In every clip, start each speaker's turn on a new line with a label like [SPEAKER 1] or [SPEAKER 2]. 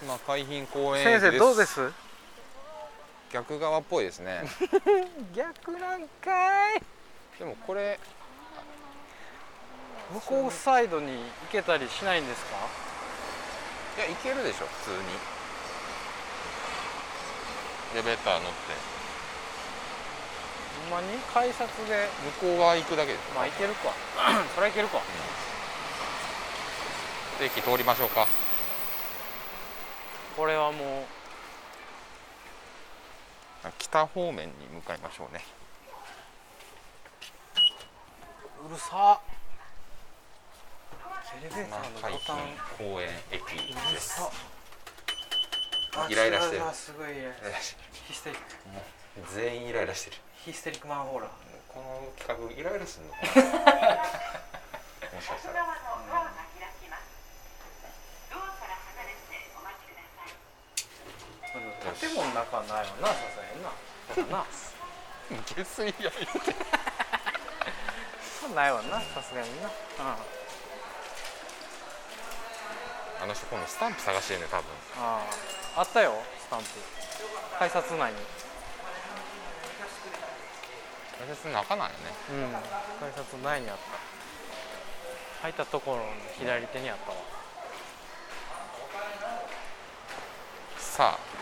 [SPEAKER 1] 島海浜公園
[SPEAKER 2] 先生どうです
[SPEAKER 1] 逆側っぽいですね
[SPEAKER 2] 逆なんかい
[SPEAKER 1] でもこれ
[SPEAKER 2] 向こうサイドに行けたりしないんですか
[SPEAKER 1] いやいけるでしょ普通にエレベーター乗って
[SPEAKER 2] ほんまに改札で
[SPEAKER 1] 向こう側行くだけです
[SPEAKER 2] まあ行けるかそれ行けるか
[SPEAKER 1] 駅通りましょうか
[SPEAKER 2] これはもう
[SPEAKER 1] 北方面に向かいまし ょうね
[SPEAKER 2] うるさエレベータ
[SPEAKER 1] まあ
[SPEAKER 2] ーのボ
[SPEAKER 1] 海
[SPEAKER 2] タン
[SPEAKER 1] 浜公園駅
[SPEAKER 2] う
[SPEAKER 1] で
[SPEAKER 2] る
[SPEAKER 1] す
[SPEAKER 2] さあ
[SPEAKER 1] イライラしてる
[SPEAKER 2] 違うなすごいイライラ
[SPEAKER 1] イライラして
[SPEAKER 2] ヒステリック
[SPEAKER 1] るもう 全員イライラしてる
[SPEAKER 2] ヒステリックマンホーラ
[SPEAKER 1] も
[SPEAKER 2] ー
[SPEAKER 1] うこの企画イライラするのかな もしかしたら
[SPEAKER 3] 側のドアが開きます。ドアから離れてお待ちください。
[SPEAKER 2] 建物の中ないわなさすがにな
[SPEAKER 1] 下水や
[SPEAKER 2] そんなないわなさすがにな、うん
[SPEAKER 1] あの人今度スタンプ探してるね多分
[SPEAKER 2] あああったよスタンプ改札内に
[SPEAKER 1] 大切に開かないよね
[SPEAKER 2] うん改札内にあった入ったところの左手にあったわ
[SPEAKER 1] さあ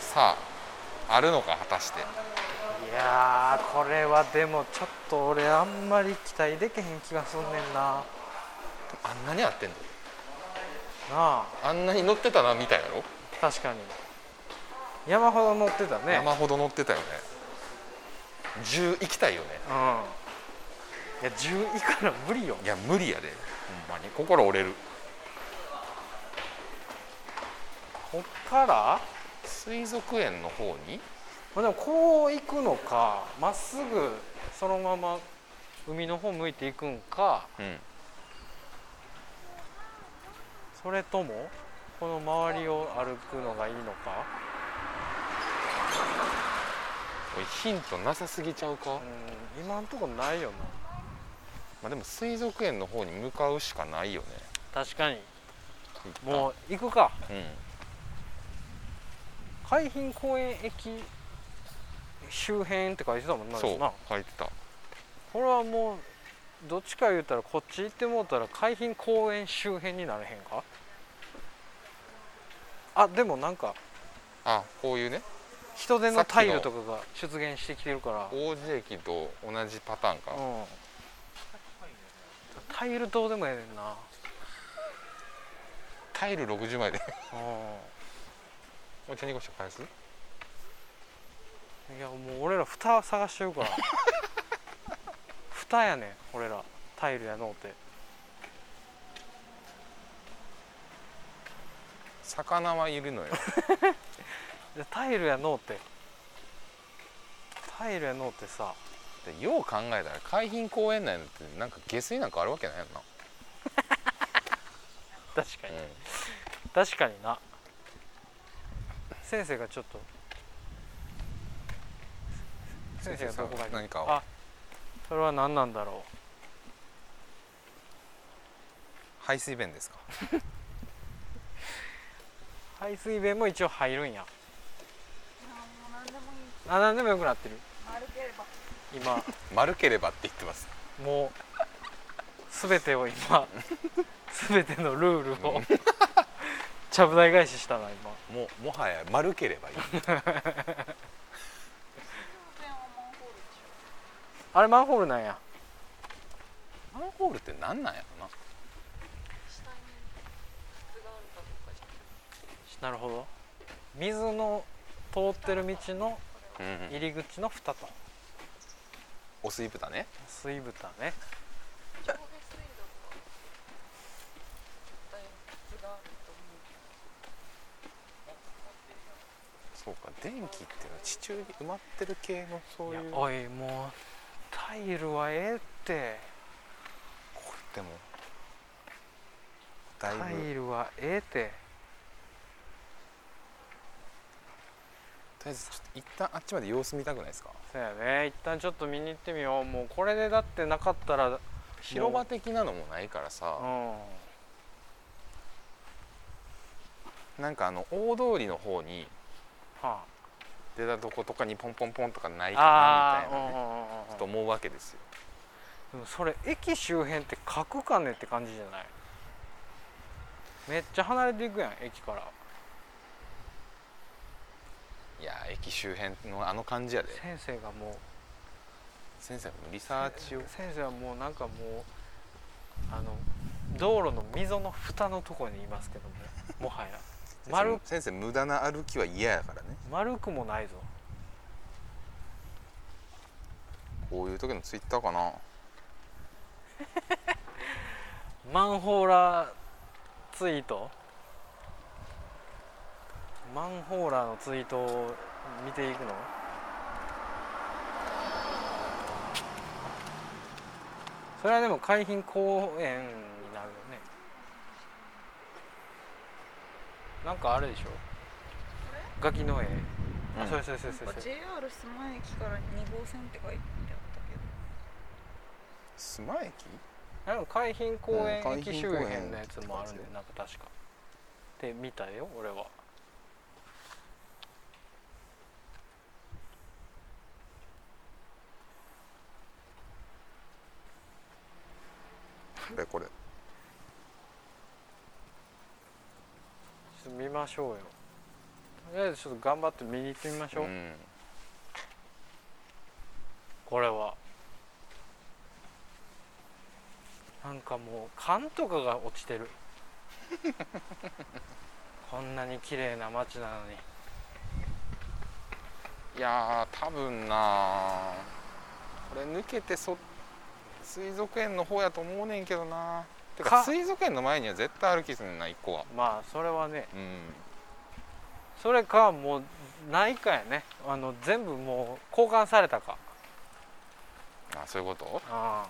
[SPEAKER 1] さああるのか果たして
[SPEAKER 2] いやーこれはでもちょっと俺あんまり期待できへん気がすんねんな
[SPEAKER 1] あんなにあってんの
[SPEAKER 2] なあ
[SPEAKER 1] あんなに乗ってたなみたいやろ、
[SPEAKER 2] 確かに山ほど乗ってたね
[SPEAKER 1] 山ほど乗ってたよね10行きたいよね
[SPEAKER 2] うんいや10位から無理よ
[SPEAKER 1] いや無理やでほんまに心折れる
[SPEAKER 2] こっから
[SPEAKER 1] 水族園の方に
[SPEAKER 2] まあでもこう行くのかまっすぐそのまま海の方向いていくんか
[SPEAKER 1] うん
[SPEAKER 2] それともこの周りを歩くのがいいのか、
[SPEAKER 1] おいヒントなさすぎちゃうか、ま
[SPEAKER 2] うん、今んとこないよな
[SPEAKER 1] あ、でも水族園の方に向かうしかないよね
[SPEAKER 2] 確かに
[SPEAKER 1] も
[SPEAKER 2] もう行くか
[SPEAKER 1] う、うん、
[SPEAKER 2] 海浜公園駅周辺って書いてたもんな
[SPEAKER 1] そう
[SPEAKER 2] な
[SPEAKER 1] 書いてた
[SPEAKER 2] これはもうどっちか言うたらこっち行ってもうたら海浜公園周辺になれへんかあでもなんか
[SPEAKER 1] あこういうね
[SPEAKER 2] 人手
[SPEAKER 1] さ
[SPEAKER 2] の
[SPEAKER 1] っきの
[SPEAKER 2] タイルとかが出現してきてるから
[SPEAKER 1] 王子駅と同じパターンか、
[SPEAKER 2] うんタイルどうでもええねんな
[SPEAKER 1] タイル60枚で
[SPEAKER 2] うん
[SPEAKER 1] お茶にこし返す
[SPEAKER 2] いやもう俺ら蓋探してるから 蓋やねん俺らタイルやのうて
[SPEAKER 1] 魚はいるのよ
[SPEAKER 2] でタイルやのうてタイルやのうてさ
[SPEAKER 1] でよう考えたら海浜公園内なんてなんか下水なんかあるわけないよな、
[SPEAKER 2] 確かに
[SPEAKER 1] うん
[SPEAKER 2] 確かにな先生がちょっと先生がどこかに
[SPEAKER 1] 何かを
[SPEAKER 2] あそれは何なんだろ
[SPEAKER 1] 排水弁ですか
[SPEAKER 2] う排水弁も一応入るんやあ何でもよくなってる今
[SPEAKER 1] 丸ければって言ってます
[SPEAKER 2] もう全てを 今全てのルールをちゃぶ台返ししたな今
[SPEAKER 1] もうもはや丸ければいい
[SPEAKER 2] あれマンホールなんや
[SPEAKER 1] マンホールって何なんやろな
[SPEAKER 2] なるほど水の通ってる道の
[SPEAKER 1] うん
[SPEAKER 2] 入り口の蓋と
[SPEAKER 1] お水豚ね
[SPEAKER 2] 水蓋ね
[SPEAKER 1] そうか電気っていうのは地中に埋まってる系のそう
[SPEAKER 2] い
[SPEAKER 1] い
[SPEAKER 2] や
[SPEAKER 1] う
[SPEAKER 2] おいもうタイルはええって
[SPEAKER 1] これでもだい
[SPEAKER 2] タ
[SPEAKER 1] ぶ
[SPEAKER 2] イルはええって
[SPEAKER 1] とりあえずちょっと一旦あっちまで様子見たくないですか
[SPEAKER 2] そうやね一旦ちょっと見に行ってみようもうこれでだってなかったら
[SPEAKER 1] 広場
[SPEAKER 2] う
[SPEAKER 1] 的なのもないからさ
[SPEAKER 2] ん
[SPEAKER 1] なんかあの大通りの方に
[SPEAKER 2] は
[SPEAKER 1] 出たとことかにポンポンポンとかない
[SPEAKER 2] あ、
[SPEAKER 1] かなみた
[SPEAKER 2] あ
[SPEAKER 1] いな、
[SPEAKER 2] ー
[SPEAKER 1] ね、
[SPEAKER 2] うんうんうんうん
[SPEAKER 1] と思うわけですよ
[SPEAKER 2] でもそれ駅周辺って書くかねって感じじゃないめっちゃ離れていくやん駅から
[SPEAKER 1] いやー駅周辺のあの感じやで
[SPEAKER 2] 先生がもう
[SPEAKER 1] 先生のリサーチを
[SPEAKER 2] 先生はもうなんかもうあの道路の溝の蓋のとこにいますけどももはや丸
[SPEAKER 1] 先生無駄な歩きは嫌やからね
[SPEAKER 2] 丸くもないぞ
[SPEAKER 1] こういう時のツイッターかな
[SPEAKER 2] マンホーラーツイートマンホーラーのツイートを見ていくのそれはでも海浜公園になるよねなんかあれでしょガキの絵、
[SPEAKER 1] う
[SPEAKER 2] あ
[SPEAKER 1] ん
[SPEAKER 2] そうそうそうそう
[SPEAKER 4] なんか
[SPEAKER 2] そう
[SPEAKER 4] JR 須磨駅から2号線って書いてあったけ
[SPEAKER 1] 須
[SPEAKER 4] ど
[SPEAKER 1] 磨駅
[SPEAKER 2] あでも海浜公園
[SPEAKER 1] うん海浜公園
[SPEAKER 2] 駅周辺のやつもあるんだよ
[SPEAKER 1] って
[SPEAKER 2] なんか確かで見たよ俺は
[SPEAKER 1] これこれ
[SPEAKER 2] ちょっと見ましょうよとりあえずちょっと頑張って見に行ってみましょう、
[SPEAKER 1] うん
[SPEAKER 2] これはなんかもう缶とかが落ちてるこんなに綺麗な街なの
[SPEAKER 1] い
[SPEAKER 2] に
[SPEAKER 1] やー多分なこれ抜けてそ水族園の方やと思うねんけどなてか
[SPEAKER 2] か
[SPEAKER 1] 水族園の前には絶対歩きすんな一個は
[SPEAKER 2] まあそれはね
[SPEAKER 1] うん
[SPEAKER 2] それかもうないかやねあの全部もう交換されたか
[SPEAKER 1] あそういうこと
[SPEAKER 2] あ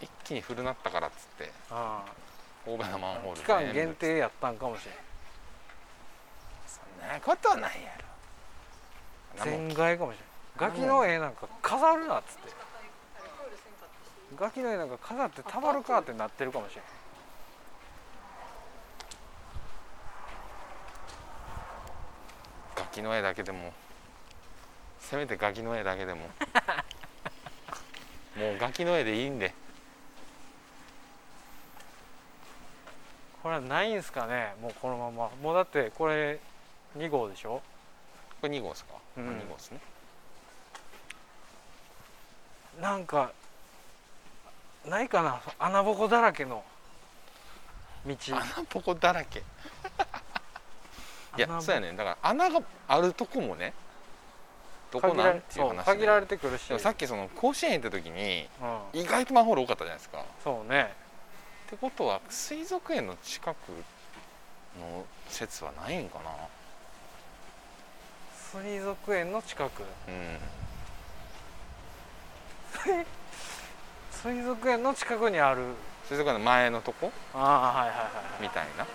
[SPEAKER 1] 一気に古なったからっつって
[SPEAKER 2] あああ
[SPEAKER 1] 大部のマンホール
[SPEAKER 2] 期間限定やったんかもし
[SPEAKER 1] そんなことはないやろ
[SPEAKER 2] れ
[SPEAKER 1] なんんも
[SPEAKER 2] 全外かもしれんガキの絵なんか飾るなっつってガキの絵なんか飾ってたまるかってなってるかもしれん
[SPEAKER 1] ガキの絵だけでもせめてガキの絵だ けでももうガキの絵でいいんで
[SPEAKER 2] これはないんすかねもうこのままもうだってこれ2号でしょ
[SPEAKER 1] これ2号ですか、
[SPEAKER 2] う
[SPEAKER 1] 二
[SPEAKER 2] ん
[SPEAKER 1] 2号ですね
[SPEAKER 2] なんかないかな穴ぼこだらけの道
[SPEAKER 1] 穴ぼこだらけい
[SPEAKER 2] 穴
[SPEAKER 1] や
[SPEAKER 2] ぼ
[SPEAKER 1] そうやねだから穴があるとこもねどこ
[SPEAKER 2] 限
[SPEAKER 1] な
[SPEAKER 2] ら
[SPEAKER 1] んっ
[SPEAKER 2] れ
[SPEAKER 1] ていう
[SPEAKER 2] そう
[SPEAKER 1] 話
[SPEAKER 2] 限られ
[SPEAKER 1] で
[SPEAKER 2] てくるし
[SPEAKER 1] でもさっきその甲子園行った時に
[SPEAKER 2] うん、
[SPEAKER 1] 意外とマンホール多かったじゃないですかっ
[SPEAKER 2] そうね
[SPEAKER 1] てことは水族園の近くの施設はないんかな
[SPEAKER 2] 水族園の 近く
[SPEAKER 1] うん
[SPEAKER 2] 水族園の近くにある
[SPEAKER 1] 水族園の前のとこ
[SPEAKER 2] ああはいはいはい
[SPEAKER 1] みたいな
[SPEAKER 2] は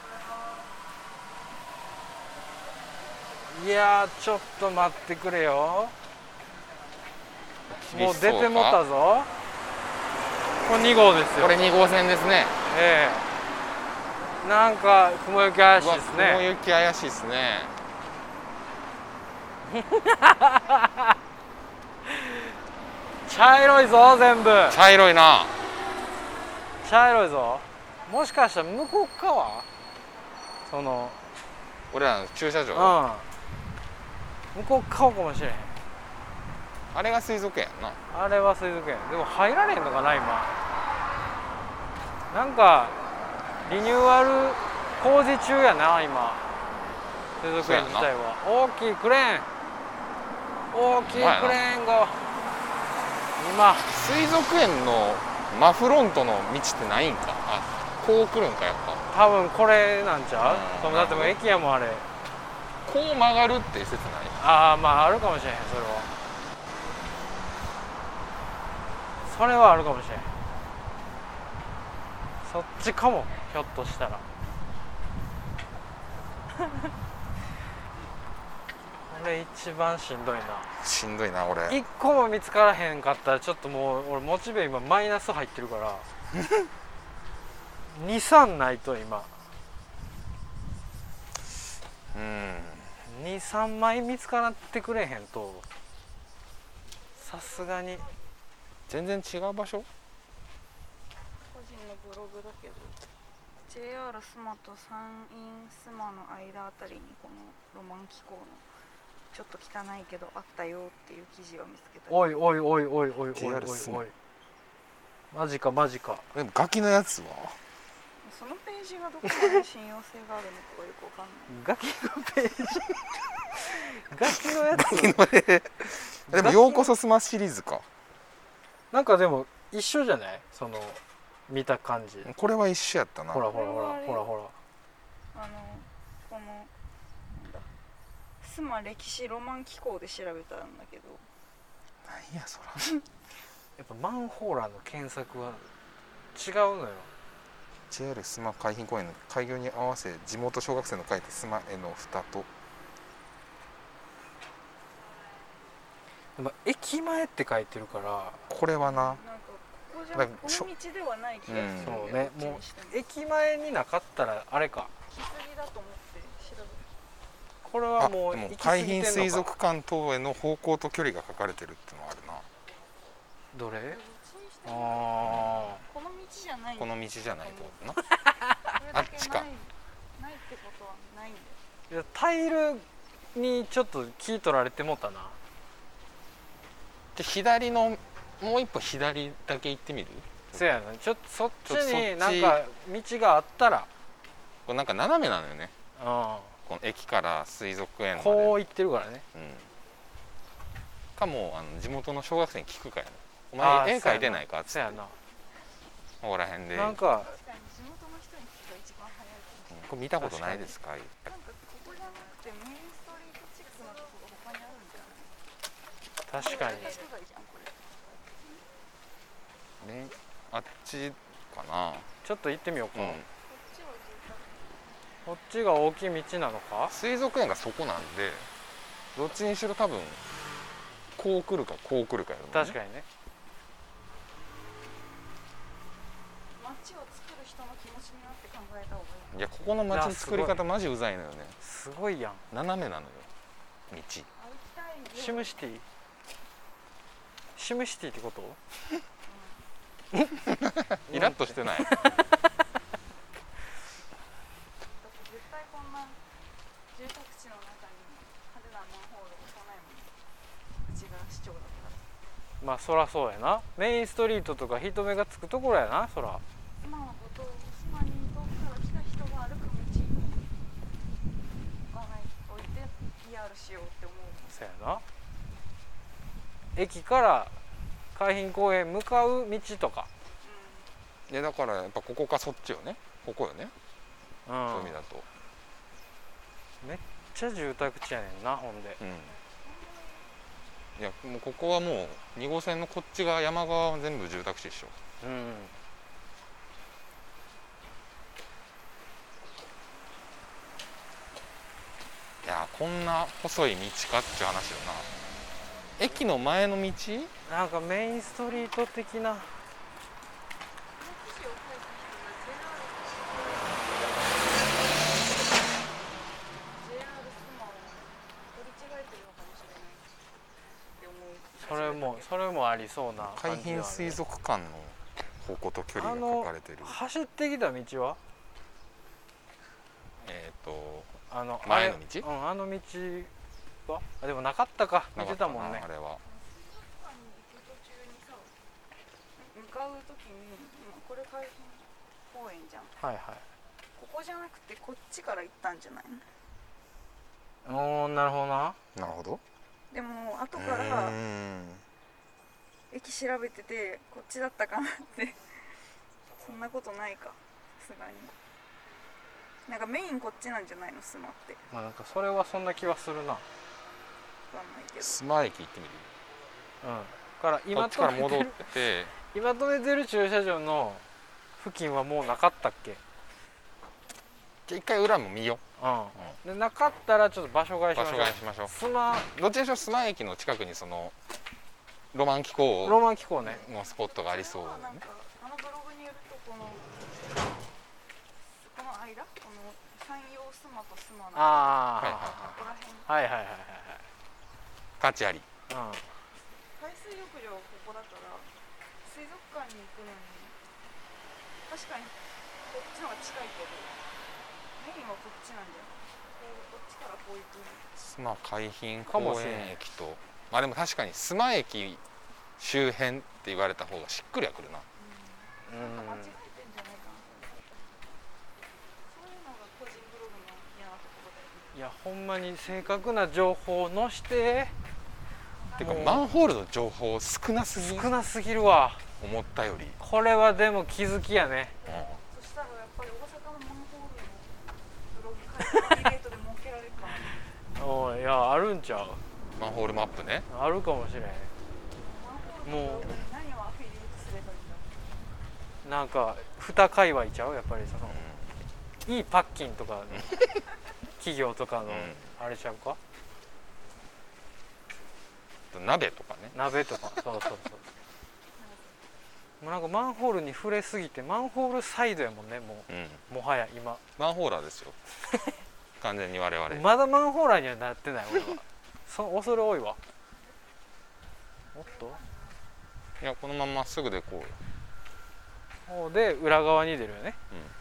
[SPEAKER 2] いいやーちょっと待ってくれよもう出ても
[SPEAKER 1] 厳しそう
[SPEAKER 2] った
[SPEAKER 1] か
[SPEAKER 2] ぞこれ2号ですよ
[SPEAKER 1] これ2号線ですね
[SPEAKER 2] ええなんか雲行き怪し
[SPEAKER 1] う
[SPEAKER 2] い
[SPEAKER 1] わ
[SPEAKER 2] です
[SPEAKER 1] 雲
[SPEAKER 2] ね
[SPEAKER 1] 行き怪しいですね
[SPEAKER 2] 茶色いぞ全部
[SPEAKER 1] 茶色いな
[SPEAKER 2] 茶色いぞもしかしたら向こう側その
[SPEAKER 1] 俺らの駐車
[SPEAKER 2] うん
[SPEAKER 1] 場
[SPEAKER 2] 向こう側かもしれへん
[SPEAKER 1] あれが水族園やんな
[SPEAKER 2] あれは水族園でも入られへんのかな今なんかリニューアル工事中やな今水族園自体は大きいクレーン大きいクレーンが今
[SPEAKER 1] 水族園の真フロントの道ってないんかあこう来るんかやっぱ
[SPEAKER 2] 多分これなんちゃ
[SPEAKER 1] う
[SPEAKER 2] う
[SPEAKER 1] ん
[SPEAKER 2] そのだってもう駅やもんあれ
[SPEAKER 1] こう曲がるって説ない
[SPEAKER 2] ああまああるかもしれへんそれはそれはあるかもしれへんそっちかもひょっとしたら これ一番しんどいな
[SPEAKER 1] しんどいな俺
[SPEAKER 2] 一個も見つからへんかったらちょっともう俺モチベ今マイナス入ってるから23ないと今
[SPEAKER 1] うん
[SPEAKER 2] 23枚見つからってくれへんとさすがに
[SPEAKER 1] 全然違う場所
[SPEAKER 4] 個人のブログだけど JR スマと山陰スマの間あたりにこのロマン機構のちょっと汚いけどあったよっていう記事を見つけた
[SPEAKER 2] おいおいおいおいおいおいおい
[SPEAKER 1] JR す
[SPEAKER 2] お
[SPEAKER 1] ご
[SPEAKER 2] い
[SPEAKER 1] い
[SPEAKER 2] マジかマジか
[SPEAKER 1] でもガキのやつは
[SPEAKER 4] そのページがどこまで信用性があるのかよくわかん
[SPEAKER 2] ガキ
[SPEAKER 4] ない
[SPEAKER 2] のページガキのやつ
[SPEAKER 1] でも「ようこそスマ」シリーズか
[SPEAKER 2] なんかでも一緒じゃないその見た感じ
[SPEAKER 1] これは一緒やったな
[SPEAKER 2] ほらほらほらほらほら
[SPEAKER 4] あのこのなんだスマ歴史ロマン機構で調べたんだけど
[SPEAKER 1] 何やそら
[SPEAKER 2] やっぱマンホーラーの検索は違うのよ
[SPEAKER 1] JR スマ海浜公園の開業に合わせ地元小学生の会でスマへの蓋と
[SPEAKER 2] でも駅前って書いてるから
[SPEAKER 1] これはな
[SPEAKER 4] なんかここじゃ
[SPEAKER 1] だ
[SPEAKER 4] こ
[SPEAKER 1] からしょ
[SPEAKER 4] の道ではない気がする
[SPEAKER 2] そ
[SPEAKER 4] ん
[SPEAKER 2] う
[SPEAKER 4] だよ
[SPEAKER 2] ね
[SPEAKER 4] どっち
[SPEAKER 2] もう
[SPEAKER 4] にしても
[SPEAKER 2] 駅前になかったらあれか
[SPEAKER 4] 来すぎだと思って調べた
[SPEAKER 2] これは
[SPEAKER 1] あ
[SPEAKER 2] もう
[SPEAKER 1] で
[SPEAKER 2] 行
[SPEAKER 1] も
[SPEAKER 2] き過ぎ
[SPEAKER 1] 海浜
[SPEAKER 2] てんのか
[SPEAKER 1] 水族館等への方向と距離が書かれてるってのはあるな
[SPEAKER 2] どれ
[SPEAKER 4] どっちにして
[SPEAKER 2] あ
[SPEAKER 4] もこの道じゃない
[SPEAKER 1] この道じゃないと思うな
[SPEAKER 4] これだ
[SPEAKER 1] あっ
[SPEAKER 4] け
[SPEAKER 1] ちか
[SPEAKER 4] ないないってことはないんだよ
[SPEAKER 2] ーいやタイルにちょっと木取られてもうたな
[SPEAKER 1] で左のもう一歩左だけ行ってみる
[SPEAKER 2] そうやなちょっとそっち
[SPEAKER 1] ちょっとそっ
[SPEAKER 2] に
[SPEAKER 1] ち
[SPEAKER 2] なんか道があったら、
[SPEAKER 1] これなんか斜めなのよね
[SPEAKER 2] う
[SPEAKER 1] この駅から水族園
[SPEAKER 2] ん、
[SPEAKER 1] まで
[SPEAKER 2] こう行ってるからね
[SPEAKER 1] うん、かもうあの地元の小学生に聞くかやなお
[SPEAKER 2] あー
[SPEAKER 1] 前絵
[SPEAKER 2] そう
[SPEAKER 1] 描
[SPEAKER 2] やな
[SPEAKER 1] いてないかっつ
[SPEAKER 2] そ
[SPEAKER 1] っ
[SPEAKER 2] う
[SPEAKER 1] て
[SPEAKER 2] やな
[SPEAKER 1] ここら辺で
[SPEAKER 2] なんか
[SPEAKER 4] 確かに地元の人に聞くと一番早い
[SPEAKER 1] うんこれ見たことないですか
[SPEAKER 4] なんかここじゃなくてメインストリートチックのとこが他にあるんじゃない
[SPEAKER 2] 確かに
[SPEAKER 4] 住宅街じゃんこれ
[SPEAKER 1] ねあっちかな
[SPEAKER 2] ちょっと行ってみようか、
[SPEAKER 1] うん
[SPEAKER 4] こっちは住宅
[SPEAKER 2] こっちが大きい道なのか
[SPEAKER 1] 水族園がそこなんでどっちにしろ多分こう来るかこう来るかやろうね
[SPEAKER 2] 確かにね
[SPEAKER 4] 街を作る人の気持ちになって考えた方がいい
[SPEAKER 1] いやここの街の作り方マジうざいのよね
[SPEAKER 2] すごいやん
[SPEAKER 1] 斜めなのよ道
[SPEAKER 4] 歩きたいよ
[SPEAKER 2] シムシティシムシティってこと
[SPEAKER 1] イラッとしてない
[SPEAKER 4] だって絶対こんな住宅地の中に派手なマンホール置かないもんうちが市長だから
[SPEAKER 2] まあそらそうやなメインストリートとか人目がつくところやなそら
[SPEAKER 4] 妻のことを妻に遠くから来た人が歩く道置かない置いて PR しようって思うもん
[SPEAKER 2] そやな駅から海浜公園向かう道とか、
[SPEAKER 4] う
[SPEAKER 1] いやだからやっぱここかそっちよねここよね
[SPEAKER 2] う、
[SPEAKER 1] そういうん意
[SPEAKER 2] め
[SPEAKER 1] 味
[SPEAKER 2] っ
[SPEAKER 1] だと、
[SPEAKER 2] ちゃ住宅地やねんなほんで
[SPEAKER 1] うん、いやもうここはもう2号線のこっち側山側は全部住宅地でしょ
[SPEAKER 2] うん
[SPEAKER 1] いやこんな細い道かっていう話よな駅の前の道
[SPEAKER 2] なんかメインストリート的なん
[SPEAKER 4] この記事を書いた人が JR 妻を取り違えてるのかもしれないって思う
[SPEAKER 2] それもそれもありそうな
[SPEAKER 1] 海
[SPEAKER 2] 感じはある
[SPEAKER 1] 浜水族館の方向と距離が書かれてる
[SPEAKER 2] 走ってきた道は
[SPEAKER 1] えっ、と
[SPEAKER 2] あの
[SPEAKER 1] 前の
[SPEAKER 2] あれ
[SPEAKER 1] 道
[SPEAKER 2] うんあの道はあでもなかったか見
[SPEAKER 1] なか
[SPEAKER 2] て
[SPEAKER 1] った
[SPEAKER 2] た
[SPEAKER 1] な
[SPEAKER 2] もんね
[SPEAKER 1] あれは
[SPEAKER 4] 館に行く途中にさ向かう時に今これ海浜公園じゃん
[SPEAKER 2] はいはい
[SPEAKER 4] ここじゃなくてこっちから行ったんじゃないの
[SPEAKER 2] おーなるほどな
[SPEAKER 1] なるほど
[SPEAKER 4] でも後
[SPEAKER 1] う
[SPEAKER 4] から
[SPEAKER 1] ーん
[SPEAKER 4] 駅調べててこっちだったかなって そんなことないかさすがになんかメインこっちなんじゃないのスマって
[SPEAKER 2] まあなんかそれはそんな気はするな
[SPEAKER 4] 分かんないけど
[SPEAKER 1] 須磨駅行ってみる
[SPEAKER 2] うんから
[SPEAKER 1] こ
[SPEAKER 2] 今
[SPEAKER 1] っちから
[SPEAKER 2] 止め
[SPEAKER 1] 戻
[SPEAKER 2] て
[SPEAKER 1] っ
[SPEAKER 2] る
[SPEAKER 1] て
[SPEAKER 2] 今止めてる駐車場の付近はもうなかったっけ
[SPEAKER 1] じゃあ一回裏も見よ
[SPEAKER 2] うんでなかったらちょっと場所替え
[SPEAKER 1] う
[SPEAKER 2] し
[SPEAKER 1] 場
[SPEAKER 2] まし
[SPEAKER 1] 所
[SPEAKER 2] ょう
[SPEAKER 1] 替えしましょう
[SPEAKER 2] スマ
[SPEAKER 1] どっちにしろ須磨駅の近くにそのロマン機
[SPEAKER 2] ロ
[SPEAKER 1] 構
[SPEAKER 2] マン機構ね
[SPEAKER 1] のスポットがありそう
[SPEAKER 4] これは
[SPEAKER 1] だ
[SPEAKER 4] なん
[SPEAKER 1] ね
[SPEAKER 4] かあのブログによるとこのこの間この山陽スマとスマの
[SPEAKER 2] ああははいはいはい
[SPEAKER 1] 価値あり
[SPEAKER 2] はいはい、
[SPEAKER 4] 海水浴場ここだから水族館に行くのに確かにこっちの方が近いけどメインはこっちなんじゃないこうこっちからこう行くの
[SPEAKER 1] 須磨海浜
[SPEAKER 2] かも
[SPEAKER 1] 公
[SPEAKER 2] しれん
[SPEAKER 1] 園駅とまあでも確かに須磨駅周辺って言われた方がしっくりはくるな
[SPEAKER 2] うん、
[SPEAKER 4] なんか間違えてんじゃないかなそういうのが個人ブログの嫌なところだよね
[SPEAKER 2] いやほんまに正確な情報を載して
[SPEAKER 1] てか
[SPEAKER 2] もう
[SPEAKER 1] マンホールの情報少なすぎ
[SPEAKER 2] 少なすぎるわ
[SPEAKER 1] 思ったより、
[SPEAKER 2] これはでも気づきやね
[SPEAKER 1] う
[SPEAKER 4] そしたらやっぱり大阪のマンホールのブログ会社アフィリエイトで設けられるか
[SPEAKER 2] おいいやあるんちゃうん
[SPEAKER 1] マンホールマップね
[SPEAKER 2] あるかもしれ
[SPEAKER 4] マンホールのブログに何をアフィリエイトすればいいんだろう
[SPEAKER 2] へんなんか蓋界隈ちゃうやっぱりそのいいパッキンとかの企業とかの
[SPEAKER 1] う
[SPEAKER 2] あれちゃうか
[SPEAKER 1] 鍋とかね
[SPEAKER 2] 鍋とかそうそうそうもうなんかマンホールに触れすぎてマンホールサイドやもんねも
[SPEAKER 1] うん
[SPEAKER 2] うもはや今
[SPEAKER 1] マンホーラーです よ完全に我々
[SPEAKER 2] まだマンホーラーにはなってない俺 はそ恐れ多いわおっと
[SPEAKER 1] いやこのまままっすぐでこう
[SPEAKER 2] ほうで裏側に出るよね、
[SPEAKER 1] うん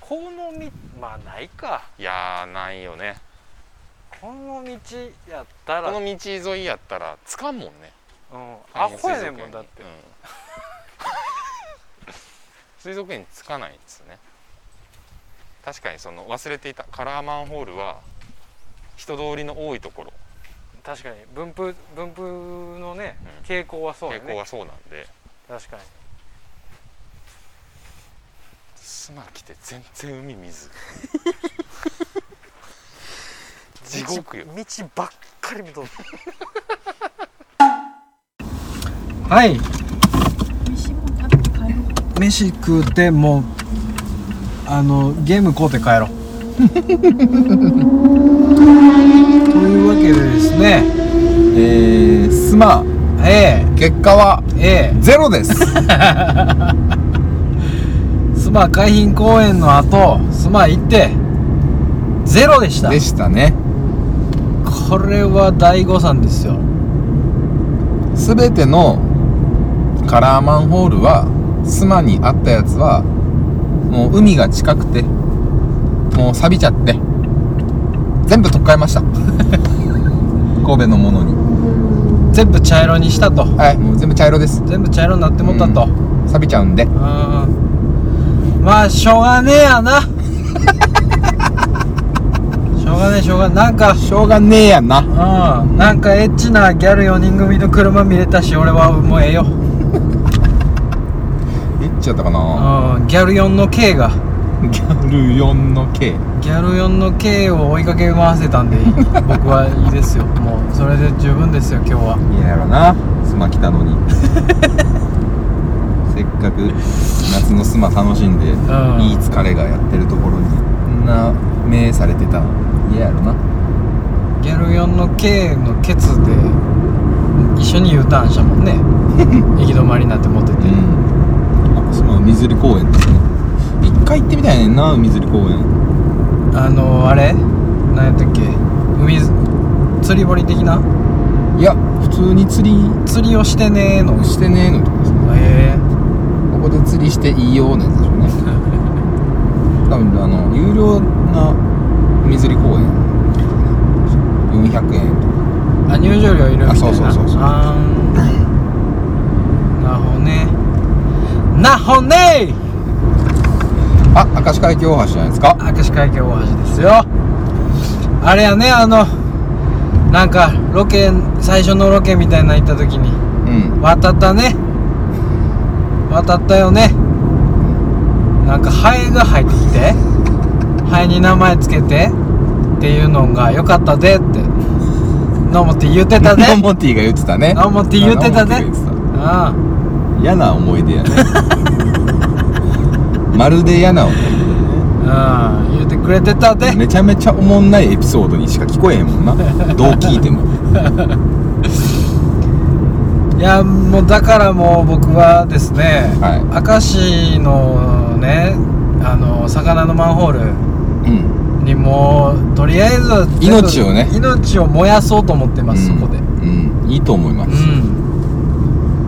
[SPEAKER 2] この道まあないか
[SPEAKER 1] いやーないよね
[SPEAKER 2] この道やったら
[SPEAKER 1] この道沿いやったらつかんもんね
[SPEAKER 2] うん、アホやねんもんだって、
[SPEAKER 1] うん 水族園につかないですね確かにその忘れていたカラーマンホールは人通りの多いところ
[SPEAKER 2] 確かに分布分布のね、
[SPEAKER 1] うん
[SPEAKER 2] 傾向はそうや
[SPEAKER 1] 傾向
[SPEAKER 2] ね
[SPEAKER 1] はそうなんで
[SPEAKER 2] 確かに
[SPEAKER 1] 砂来て全然海 水 地獄よ
[SPEAKER 2] 道ばっかり見 とるはい
[SPEAKER 5] 飯食うてもうあのゲーム買うて帰ろうというわけでですね
[SPEAKER 6] えー、スマ
[SPEAKER 5] え
[SPEAKER 6] 結果は
[SPEAKER 5] ええ
[SPEAKER 6] ゼロです
[SPEAKER 5] えスマ海浜公園の後スマ行ってゼロでした
[SPEAKER 6] でしたね
[SPEAKER 5] これは大誤算ですよ
[SPEAKER 6] 全てのカラーマンホールはスマにあったやつはもう海が近くてもう錆びちゃって全部取っ換えました 神戸のものに
[SPEAKER 5] 全部茶色にしたと
[SPEAKER 6] はいもう全部茶色です
[SPEAKER 5] 全部茶色になってもったと、
[SPEAKER 6] 錆びちゃうんで
[SPEAKER 5] うんまあしょうがねえや なしょうがねえしょうがねえなんか
[SPEAKER 6] しょうがねえやな
[SPEAKER 5] うんなんかエッチなギャル4人組の車見れたし俺はもうええよ、うん、
[SPEAKER 6] えっちゃったかな
[SPEAKER 5] ギャル4の K が
[SPEAKER 6] ギャル4の K
[SPEAKER 5] ギャル4の K を追いかけ回せたんで僕はいいですよもうそれで十分ですよ今日はい
[SPEAKER 6] ややろなスマ来たのに せっかく夏のスマ楽しんで、
[SPEAKER 5] ん
[SPEAKER 6] いい疲れがやってるところにこんな目されてたの嫌やろな
[SPEAKER 5] ギャル4の K のケツで一緒に U ターンしたもんね行き止まりになって持ってて、
[SPEAKER 6] んあスマ海釣り公園ですね一回行ってみたいねんな海釣り公園
[SPEAKER 5] あのあれ何やったっけ海釣り堀的ない
[SPEAKER 6] や普通に釣り
[SPEAKER 5] 釣りをしてねーの
[SPEAKER 6] してねえのとこですね
[SPEAKER 5] え
[SPEAKER 6] ここで釣りしていいようなやつでしょうね 多分あの有料な海釣り公園400円
[SPEAKER 5] あ入場料いるみたいな
[SPEAKER 6] あそうそうそうそう
[SPEAKER 5] あーなほねなほね
[SPEAKER 6] あ、明石海峡大橋じゃないですか。
[SPEAKER 5] 明石海峡大橋ですよあれやねあのなんかロケ最初のロケみたいなの行った時に
[SPEAKER 6] うん。
[SPEAKER 5] 渡ったね渡ったよねなんかハエが入ってきてハエに名前つけてっていうのが良かったでってのもって言ってた
[SPEAKER 6] ノン
[SPEAKER 5] ね
[SPEAKER 6] モティが言ってたね。
[SPEAKER 5] ノンモティ言ってたね
[SPEAKER 6] ノンモティが言って
[SPEAKER 5] ああ
[SPEAKER 6] た嫌な思い出やね。 まるで嫌な思い
[SPEAKER 5] うん言うてくれてたで
[SPEAKER 6] 出。めちゃめちゃおもんないエピソードにしか聞こえへ んもんな。どう聞いても。
[SPEAKER 5] いやもうだからもう僕はですね、
[SPEAKER 6] はい
[SPEAKER 5] 明石のねあの魚のマンホール
[SPEAKER 6] うん。
[SPEAKER 5] にもうとりあえず全部
[SPEAKER 6] 命をね
[SPEAKER 5] 命を燃やそうと思ってます、
[SPEAKER 6] うん
[SPEAKER 5] そこで
[SPEAKER 6] うんいいと思いま
[SPEAKER 5] う
[SPEAKER 6] す、
[SPEAKER 5] ん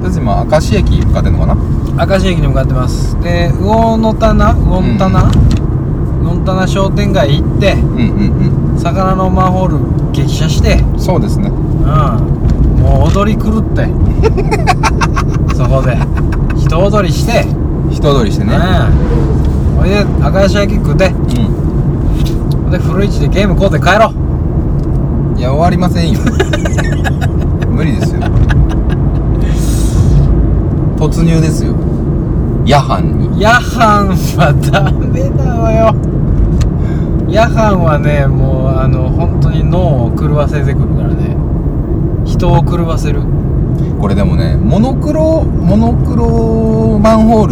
[SPEAKER 6] 私今明石駅向かってんのかな
[SPEAKER 5] 明石駅に向かってますで魚の棚魚の棚、魚の棚商店街行って
[SPEAKER 6] うんうん
[SPEAKER 5] 魚のマンホール激写して
[SPEAKER 6] うんそうですね
[SPEAKER 5] うんもう踊り狂って そこで人踊りして
[SPEAKER 6] 人通りしてね
[SPEAKER 5] うんほいで明石駅食って
[SPEAKER 6] う
[SPEAKER 5] ほんで古市でゲーム買うて帰ろうん
[SPEAKER 6] いや終わりませ んよ無理ですよ突入ですよ夜半に
[SPEAKER 5] 夜半はダメだわよ夜半はねもうあの本当に脳を狂わせてくるからね人を狂わせる
[SPEAKER 6] これでもねモノクロモノクロマンホー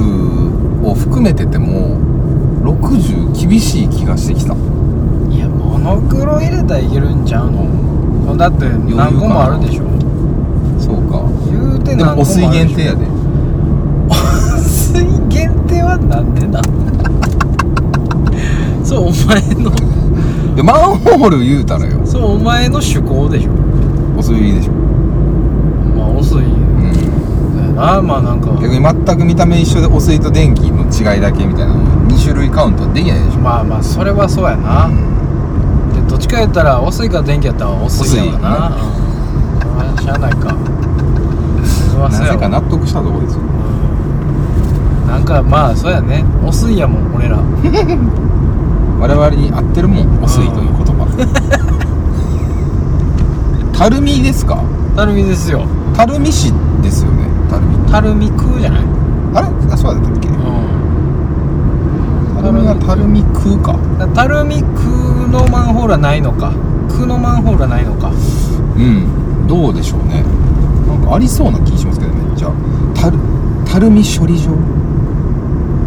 [SPEAKER 6] ルを含めてても60厳しい気がしてきた
[SPEAKER 5] いやモノクロ入れたらいけるんちゃうのだって
[SPEAKER 6] 裕かな
[SPEAKER 5] 何個もあるでしょ
[SPEAKER 6] そうか
[SPEAKER 5] 言うて
[SPEAKER 6] で
[SPEAKER 5] 何個もあ
[SPEAKER 6] もお
[SPEAKER 5] るでし
[SPEAKER 6] 水
[SPEAKER 5] ょ
[SPEAKER 6] 限定やで
[SPEAKER 5] 水限定はなんで だそうお前の
[SPEAKER 6] でマンホール言うたらよ
[SPEAKER 5] そうお前の趣向でしょ
[SPEAKER 6] お水いいでしょ
[SPEAKER 5] まあ遅い
[SPEAKER 6] うん
[SPEAKER 5] だよなまあなんか
[SPEAKER 6] 逆に全く見た目一緒でお水と電気の違いだけみたいな2種類カウントはできないでしょ
[SPEAKER 5] まあまあそれはそうやな、でどっちか言ったらお水か電気やったらお水やわなうんしゃあないかそれはそう
[SPEAKER 6] な
[SPEAKER 5] や
[SPEAKER 6] ぜ
[SPEAKER 5] わ
[SPEAKER 6] か納得したとこですよ
[SPEAKER 5] うんなんかまあそうやねお水やもん俺ら
[SPEAKER 6] 我々に合ってるもんお水という言葉たるみですか
[SPEAKER 5] たるみですよ
[SPEAKER 6] たるみ市ですよねたるみ
[SPEAKER 5] たるみ食うじゃないうん
[SPEAKER 6] あれあそうだったっけたるみはたるみ食うか
[SPEAKER 5] だからたるみ空のマンホールはないのか空のマンホールはないのか
[SPEAKER 6] うんどうでしょうねなんかありそうな気しますけどねじゃあたるたるみ処理場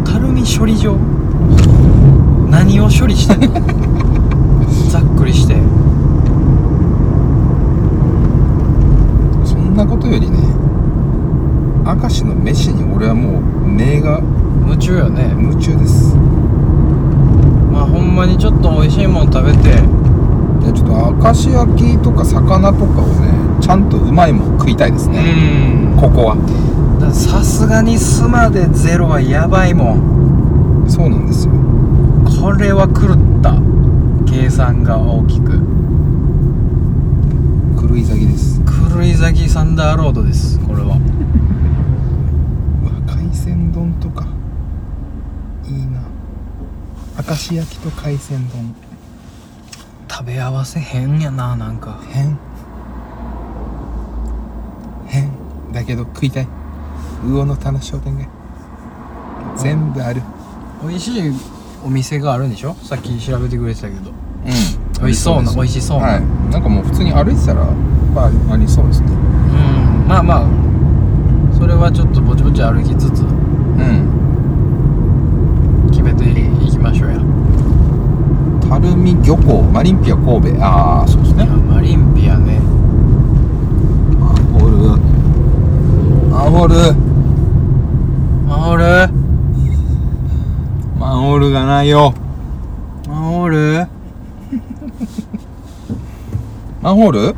[SPEAKER 5] たるみ処理場何を処理して んのざっくりして
[SPEAKER 6] そんなことよりね明石の飯に俺はもう目が
[SPEAKER 5] 夢中よね
[SPEAKER 6] 夢中です
[SPEAKER 5] まあほんまにちょっと美味しいもん食べて
[SPEAKER 6] いやちょっと明石焼きとか魚とかをねちゃんとうまいもん食いたいですね、
[SPEAKER 5] ん
[SPEAKER 6] ここは
[SPEAKER 5] さすがにスマでゼロはやばいもん
[SPEAKER 6] そうなんですよ
[SPEAKER 5] これは狂った計算が大きく
[SPEAKER 6] 狂い咲きです
[SPEAKER 5] 狂い咲きサンダーロードですこれは
[SPEAKER 6] うわ海鮮丼とかいいな明石焼きと海鮮丼
[SPEAKER 5] 食べ合わせ変やななんか
[SPEAKER 6] 変変だけど食いたい魚の棚商店街全部ある
[SPEAKER 5] 美味しいお店があるんでしょさっき調べてくれてたけど
[SPEAKER 6] うん
[SPEAKER 5] 美味しそうな美味しそうな
[SPEAKER 6] はいなんかもう普通に歩いてたらまあありそうですね
[SPEAKER 5] うんまあまあそれはちょっとぼちぼち歩きつつ
[SPEAKER 6] うん
[SPEAKER 5] 決めていきましょうや
[SPEAKER 6] 垂水漁港マリンピア神戸ああそうです
[SPEAKER 5] いやマリンピアね
[SPEAKER 6] アホルアホル
[SPEAKER 5] 守る
[SPEAKER 6] マンホールがないよ
[SPEAKER 5] 守る
[SPEAKER 6] マンホール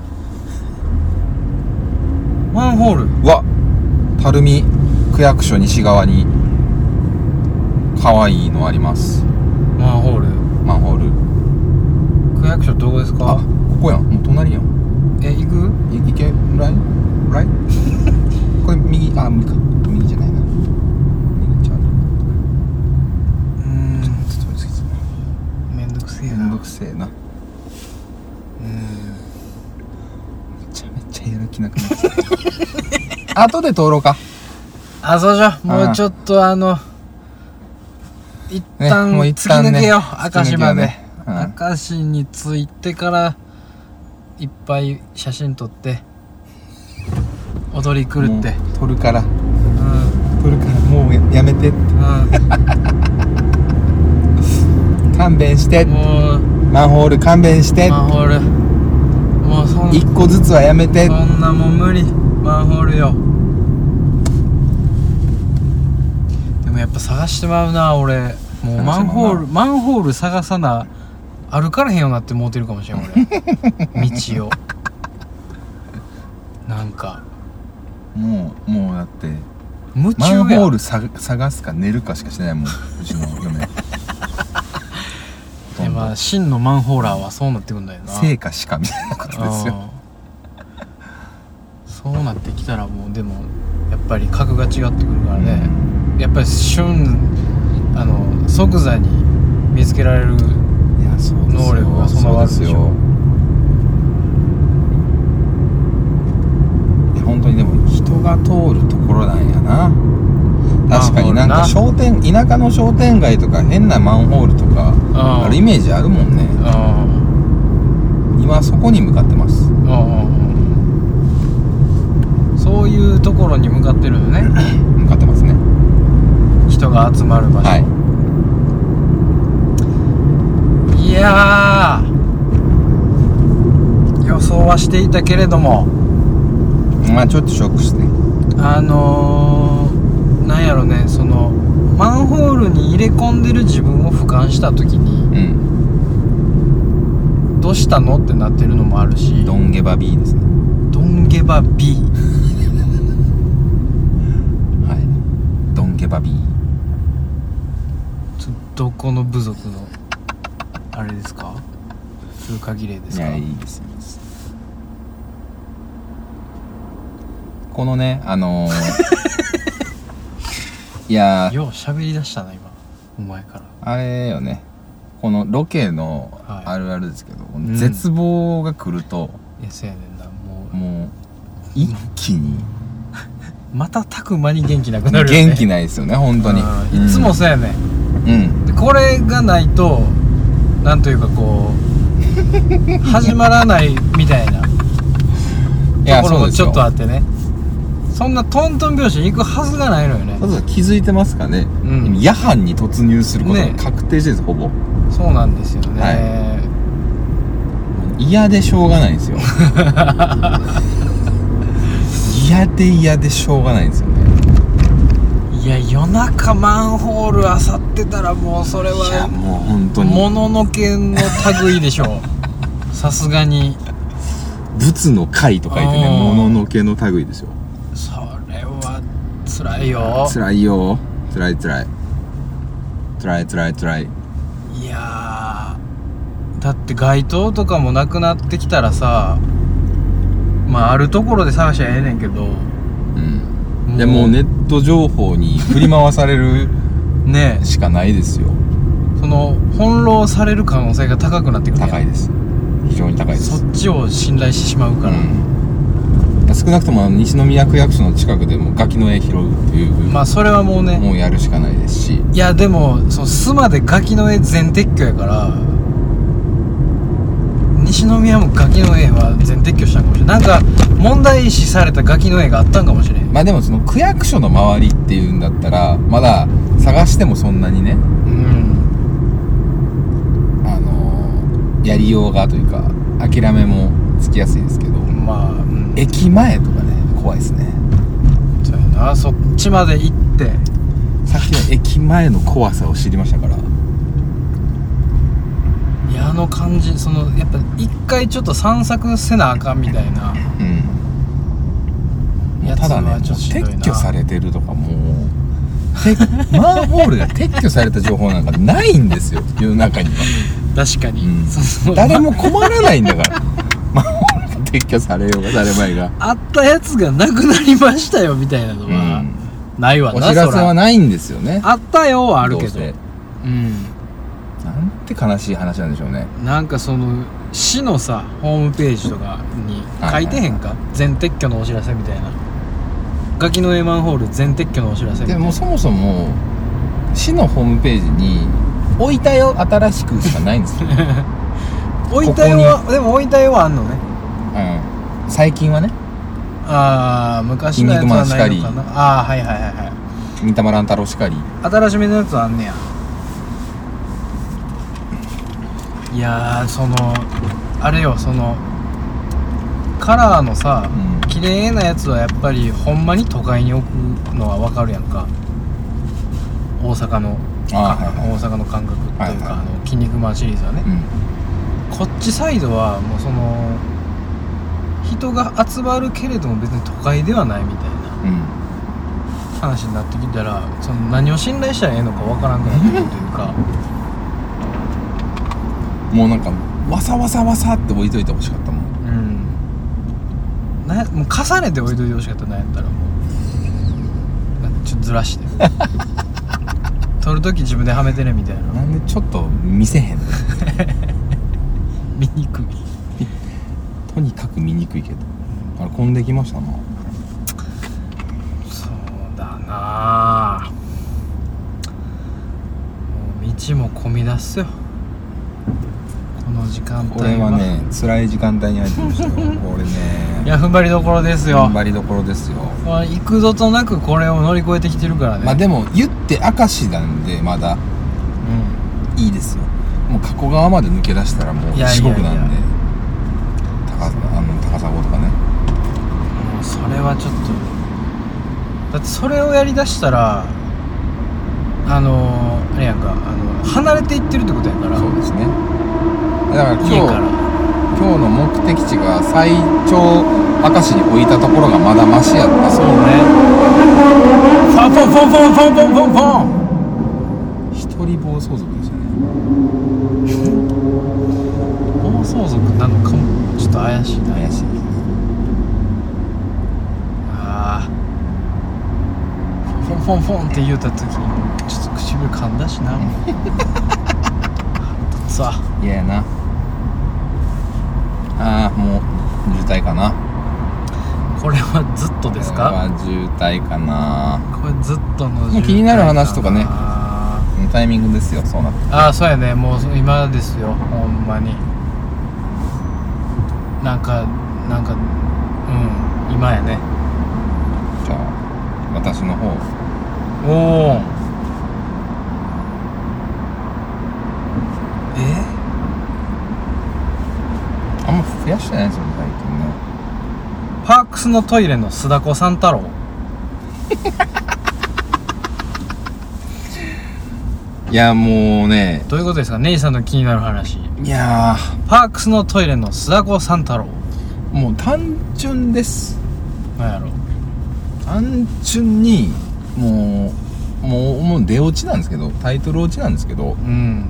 [SPEAKER 5] マンホール
[SPEAKER 6] は垂水区役所西側に可愛いのあります
[SPEAKER 5] マンホール
[SPEAKER 6] マンホール
[SPEAKER 5] 区役所どこです
[SPEAKER 6] あ
[SPEAKER 5] か
[SPEAKER 6] ここやんもう隣やん
[SPEAKER 5] え行く
[SPEAKER 6] い行けラインライ ンこれ右あ右か右じゃないな右ちゃうな
[SPEAKER 5] うーん
[SPEAKER 6] ちょっと待って
[SPEAKER 5] めんどくせえ
[SPEAKER 6] めんどくせえな
[SPEAKER 5] うん
[SPEAKER 6] めちゃめちゃやる気なくなってき た後で通ろうか
[SPEAKER 5] あそうじゃもうちょっとあの一旦
[SPEAKER 6] ねもう
[SPEAKER 5] 突
[SPEAKER 6] 一
[SPEAKER 5] き
[SPEAKER 6] 旦ね
[SPEAKER 5] 抜けよ明
[SPEAKER 6] 突き抜け
[SPEAKER 5] 石
[SPEAKER 6] よ
[SPEAKER 5] まで
[SPEAKER 6] ねうん
[SPEAKER 5] 明石に着いてからいっぱい写真撮って踊り狂って
[SPEAKER 6] もう撮るから
[SPEAKER 5] うん
[SPEAKER 6] 撮るからもうややめて
[SPEAKER 5] う
[SPEAKER 6] 勘弁して
[SPEAKER 5] んもう
[SPEAKER 6] マンホール勘弁して
[SPEAKER 5] マンホールもうそん
[SPEAKER 6] 一個ずつはやめて
[SPEAKER 5] そんなもん無理マンホールよでもやっぱ探してまうな俺もうマンホールマンホール探さな歩かれへんようになってもうてるかもしれん俺 道をなんか
[SPEAKER 6] もうもうだって
[SPEAKER 5] 夢
[SPEAKER 6] マ
[SPEAKER 5] 中
[SPEAKER 6] ン
[SPEAKER 5] や
[SPEAKER 6] ホールさ探すか寝るかしかしてないもんうちの 嫁
[SPEAKER 5] でまあ真のマンホーラーはそうなってくんだよな
[SPEAKER 6] 成果しかみたいなことですよ
[SPEAKER 5] うんそうなってきたらもうでもやっぱり格が違ってくるからね、やっぱり旬あの即座に見つけられる
[SPEAKER 6] いやそうですよ
[SPEAKER 5] 能力が備わるでしょ
[SPEAKER 6] そういや本当にでも人が通るところなんやな確かになん
[SPEAKER 5] マン
[SPEAKER 6] か
[SPEAKER 5] ホ
[SPEAKER 6] 商店田舎の商店街とか変なマンホールとか
[SPEAKER 5] あ
[SPEAKER 6] あるイメージあるもんね
[SPEAKER 5] あ
[SPEAKER 6] 今そこに向かってます
[SPEAKER 5] ああそういうところに向かってるよ ね
[SPEAKER 6] 向かってますね
[SPEAKER 5] 人が集まる場所、
[SPEAKER 6] はい
[SPEAKER 5] いやー予想はしていたけれども
[SPEAKER 6] まあちょっとショックしてね
[SPEAKER 5] あのー、なんやろねそのマンホールに入れ込んでる自分を俯瞰した時に
[SPEAKER 6] うん
[SPEAKER 5] どうしたのってなってるのもあるし
[SPEAKER 6] ドンゲバビーですね
[SPEAKER 5] どんげば B
[SPEAKER 6] はいドンゲバビー
[SPEAKER 5] ちょどこの部族のあれですか風化儀礼です
[SPEAKER 6] い
[SPEAKER 5] か
[SPEAKER 6] やいいですいいですこのねあの ーいやー
[SPEAKER 5] よう喋りだしたな今お前から
[SPEAKER 6] あれよねこのロケの
[SPEAKER 5] はい
[SPEAKER 6] あるあるですけど、
[SPEAKER 5] ん
[SPEAKER 6] 絶望が来ると
[SPEAKER 5] いやそうやねんなも
[SPEAKER 6] もう一気に
[SPEAKER 5] う瞬く間に元気なくなるよね
[SPEAKER 6] 元気ないですよね本当に
[SPEAKER 5] うんいつも
[SPEAKER 6] うん
[SPEAKER 5] そうやねん
[SPEAKER 6] うん
[SPEAKER 5] でこれがないとなんというかこう始まらないみたいない
[SPEAKER 6] や
[SPEAKER 5] ところ
[SPEAKER 6] そう
[SPEAKER 5] も
[SPEAKER 6] です
[SPEAKER 5] ち
[SPEAKER 6] よ
[SPEAKER 5] ょっとあってねそんなトントン拍子に行くはずがないのよね
[SPEAKER 6] まずは気づいてますかね、
[SPEAKER 5] うん
[SPEAKER 6] 夜半に突入することが
[SPEAKER 5] ね
[SPEAKER 6] 確定してるんです、ほぼ
[SPEAKER 5] そうなんですよね、
[SPEAKER 6] 嫌でしょうがないんで すよ嫌で嫌でしょうがないんですよね
[SPEAKER 5] い、や夜中マンホールあさってたらもうそれ
[SPEAKER 6] いや
[SPEAKER 5] は
[SPEAKER 6] もう本当
[SPEAKER 5] も
[SPEAKER 6] に
[SPEAKER 5] ののけの類いでしょ うさすがに
[SPEAKER 6] 仏の会と書いてね
[SPEAKER 5] あー
[SPEAKER 6] もののけの類ですよ
[SPEAKER 5] それは辛いよ
[SPEAKER 6] 辛いよ辛い辛い辛い辛い辛い
[SPEAKER 5] いやーだって街灯とかもなくなってきたらさまああるところで探しゃええねんけど
[SPEAKER 6] う
[SPEAKER 5] も
[SPEAKER 6] ん
[SPEAKER 5] う
[SPEAKER 6] いやもうネット情報に振り回される
[SPEAKER 5] ね
[SPEAKER 6] しかないですよ
[SPEAKER 5] その翻弄される可能性が高くなってくるやん
[SPEAKER 6] 高いです非常に高いです
[SPEAKER 5] そっちを信頼してしまうから、
[SPEAKER 6] うん、少なくともあの西宮区役所の近くでもガキの絵拾うっていう、
[SPEAKER 5] まあそれはもうね、
[SPEAKER 6] もうやるしかないですし
[SPEAKER 5] いやでもその須磨でガキの絵全撤去やから西宮もガキの絵は全撤去したんかもしれんなんか問題視されたガキの絵があったんかもしれん
[SPEAKER 6] まあでもその区役所の周りっていうんだったらまだ探してもそんなにね
[SPEAKER 5] うん
[SPEAKER 6] あのーやりようがというか諦めもつきやすいですけど
[SPEAKER 5] まあ、うん
[SPEAKER 6] 駅前とかね怖いですね
[SPEAKER 5] そうやなそっちまで行って
[SPEAKER 6] さっきの駅前の怖さを知りましたから
[SPEAKER 5] いやあの感じそのやっぱ一回ちょっと散策せなあかんみたいな
[SPEAKER 6] うんもうただねも
[SPEAKER 5] や
[SPEAKER 6] う
[SPEAKER 5] つはちょっとしんどいな
[SPEAKER 6] 撤去されてるとかもうてマンホールが撤去された情報なんかないんですよ世の中には、
[SPEAKER 5] 確かに、
[SPEAKER 6] う ん
[SPEAKER 5] その
[SPEAKER 6] 誰も困らないんだから マンホールが撤去されようがされまいが、
[SPEAKER 5] あったやつがなくなりましたよみたいなのは、
[SPEAKER 6] うん
[SPEAKER 5] ないわ
[SPEAKER 6] お
[SPEAKER 5] な
[SPEAKER 6] 知らせは
[SPEAKER 5] そら
[SPEAKER 6] ないんですよね
[SPEAKER 5] あったよはあるけど
[SPEAKER 6] どうせ
[SPEAKER 5] うん
[SPEAKER 6] なんて悲しい話なんでしょうね
[SPEAKER 5] なんかその市のさホームページとかに書いてへんか、全撤去のお知らせみたいなガキの絵マンホール全撤去のお知らせみた
[SPEAKER 6] で
[SPEAKER 5] いな
[SPEAKER 6] もそもそも市のホームページに「置いたよ新しく」しかない んですよ、うん、
[SPEAKER 5] 置いたよはでも置いたよはあんのね
[SPEAKER 6] 最近はね
[SPEAKER 5] ああ昔のやつはないのか
[SPEAKER 6] 筋肉マ
[SPEAKER 5] な
[SPEAKER 6] ン
[SPEAKER 5] ああはいはいはいはい
[SPEAKER 6] 三玉乱太郎しかり
[SPEAKER 5] 新しめのやつあんねやいやーそのあれよそのカラーのさ、
[SPEAKER 6] うん
[SPEAKER 5] 綺麗なやつはやっぱりほんまに都会に置くのはわかるやんか大阪の
[SPEAKER 6] あーはいはい
[SPEAKER 5] 大阪の感覚っていうか、
[SPEAKER 6] はいはい
[SPEAKER 5] あの筋肉マンシリーズはね
[SPEAKER 6] う、ん
[SPEAKER 5] こっちサイドはもうその人が集まるけれども別に都会ではないみたいな
[SPEAKER 6] うん
[SPEAKER 5] 話になってきたらその何を信頼したらええのかわからんくなってくるというか
[SPEAKER 6] もうなんかわさわさわさって置いといてほしかったもん
[SPEAKER 5] うんなもう重ねて置いといてほしかったなやったらもうなんかちょっとずらして 撮る時自分ではめてねみたいな
[SPEAKER 6] なんでちょっと見せへんの
[SPEAKER 5] 見にくい
[SPEAKER 6] とにかく見にくいけどあれ混んできましたな
[SPEAKER 5] そうだなあもう道も混み出すよこの時間帯
[SPEAKER 6] これはね辛い時間帯に入ってましたよこれ
[SPEAKER 5] い
[SPEAKER 6] ね
[SPEAKER 5] や踏ん張りどころですよ
[SPEAKER 6] 頑張りどころですよ
[SPEAKER 5] まあ、幾度となくこれを乗り越えてきてるからね、
[SPEAKER 6] まあでも言って明石なんでまだ
[SPEAKER 5] うん
[SPEAKER 6] いいですよもう加古川まで抜け出したらもう
[SPEAKER 5] いやいやいや
[SPEAKER 6] 四国なんで高あの高砂とかね
[SPEAKER 5] もうそれはちょっとだってそれをやりだしたらあのーあれやんかあの離れていってるってことやから
[SPEAKER 6] そうですねだから今日
[SPEAKER 5] 家から
[SPEAKER 6] 今日の目的地が最長明石に置いたところがまだマシやった
[SPEAKER 5] そうねパンポンポンポンポンポンポンポン
[SPEAKER 6] 一人暴走族でしたね
[SPEAKER 5] 暴走族なのかもちょっと怪しいな
[SPEAKER 6] 怪しい
[SPEAKER 5] あーフォンフォンフォンって言うた時ちょっと唇噛んだしな もうさあ
[SPEAKER 6] 嫌やなああもう渋滞かな
[SPEAKER 5] これはずっとですか
[SPEAKER 6] これは渋滞かな
[SPEAKER 5] これずっとの
[SPEAKER 6] もう気になる話とかね
[SPEAKER 5] あ
[SPEAKER 6] このタイミングですよそうなって
[SPEAKER 5] ーあーそうやねもう今ですよほんまになんかなんかうん今やね
[SPEAKER 6] じゃあ私の方
[SPEAKER 5] おおえ
[SPEAKER 6] あんま増やしてないですよね最近ね
[SPEAKER 5] パークスのトイレの須田子さん太郎
[SPEAKER 6] いやもうね
[SPEAKER 5] どういうことですかネイさんの気になる話
[SPEAKER 6] いや
[SPEAKER 5] パークスのトイレの須田子さん太郎
[SPEAKER 6] ーもう単純です
[SPEAKER 5] なんやろ
[SPEAKER 6] 単純にもうもうもう出落ちなんですけどタイトル落ちなんですけど
[SPEAKER 5] うん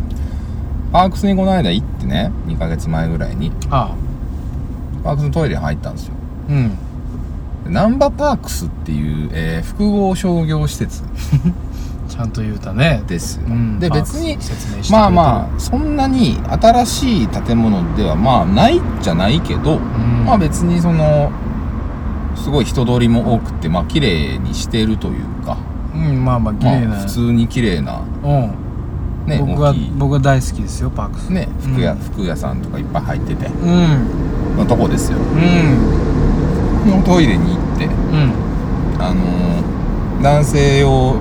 [SPEAKER 6] パークスにこの間行ってね2ヶ月前ぐらいに
[SPEAKER 5] あ
[SPEAKER 6] パークスのトイレに入ったんですよ
[SPEAKER 5] あうん
[SPEAKER 6] でナンバパークスっていう、えー複合商業施設
[SPEAKER 5] ちゃんと言うたね
[SPEAKER 6] ですよ、
[SPEAKER 5] うん
[SPEAKER 6] で
[SPEAKER 5] パー
[SPEAKER 6] 別
[SPEAKER 5] クス
[SPEAKER 6] に
[SPEAKER 5] 説明してくれてる
[SPEAKER 6] まあまあそんなに新しい建物ではまあないじゃないけ
[SPEAKER 5] う
[SPEAKER 6] ど、
[SPEAKER 5] ん
[SPEAKER 6] まあ別にそのすごい人通りも多くてまあ綺麗にしてるというか、
[SPEAKER 5] うんまあまあ綺
[SPEAKER 6] まあ
[SPEAKER 5] 麗な、
[SPEAKER 6] 普通に綺麗な
[SPEAKER 5] うん、
[SPEAKER 6] ね
[SPEAKER 5] 僕は
[SPEAKER 6] 大きい
[SPEAKER 5] 僕は大好きですよパークス
[SPEAKER 6] ね服屋、
[SPEAKER 5] うん
[SPEAKER 6] 服屋さんとかいっぱい入ってて
[SPEAKER 5] うん
[SPEAKER 6] のとこですよ
[SPEAKER 5] うん
[SPEAKER 6] のトイレに行って
[SPEAKER 5] うん
[SPEAKER 6] あのー男性用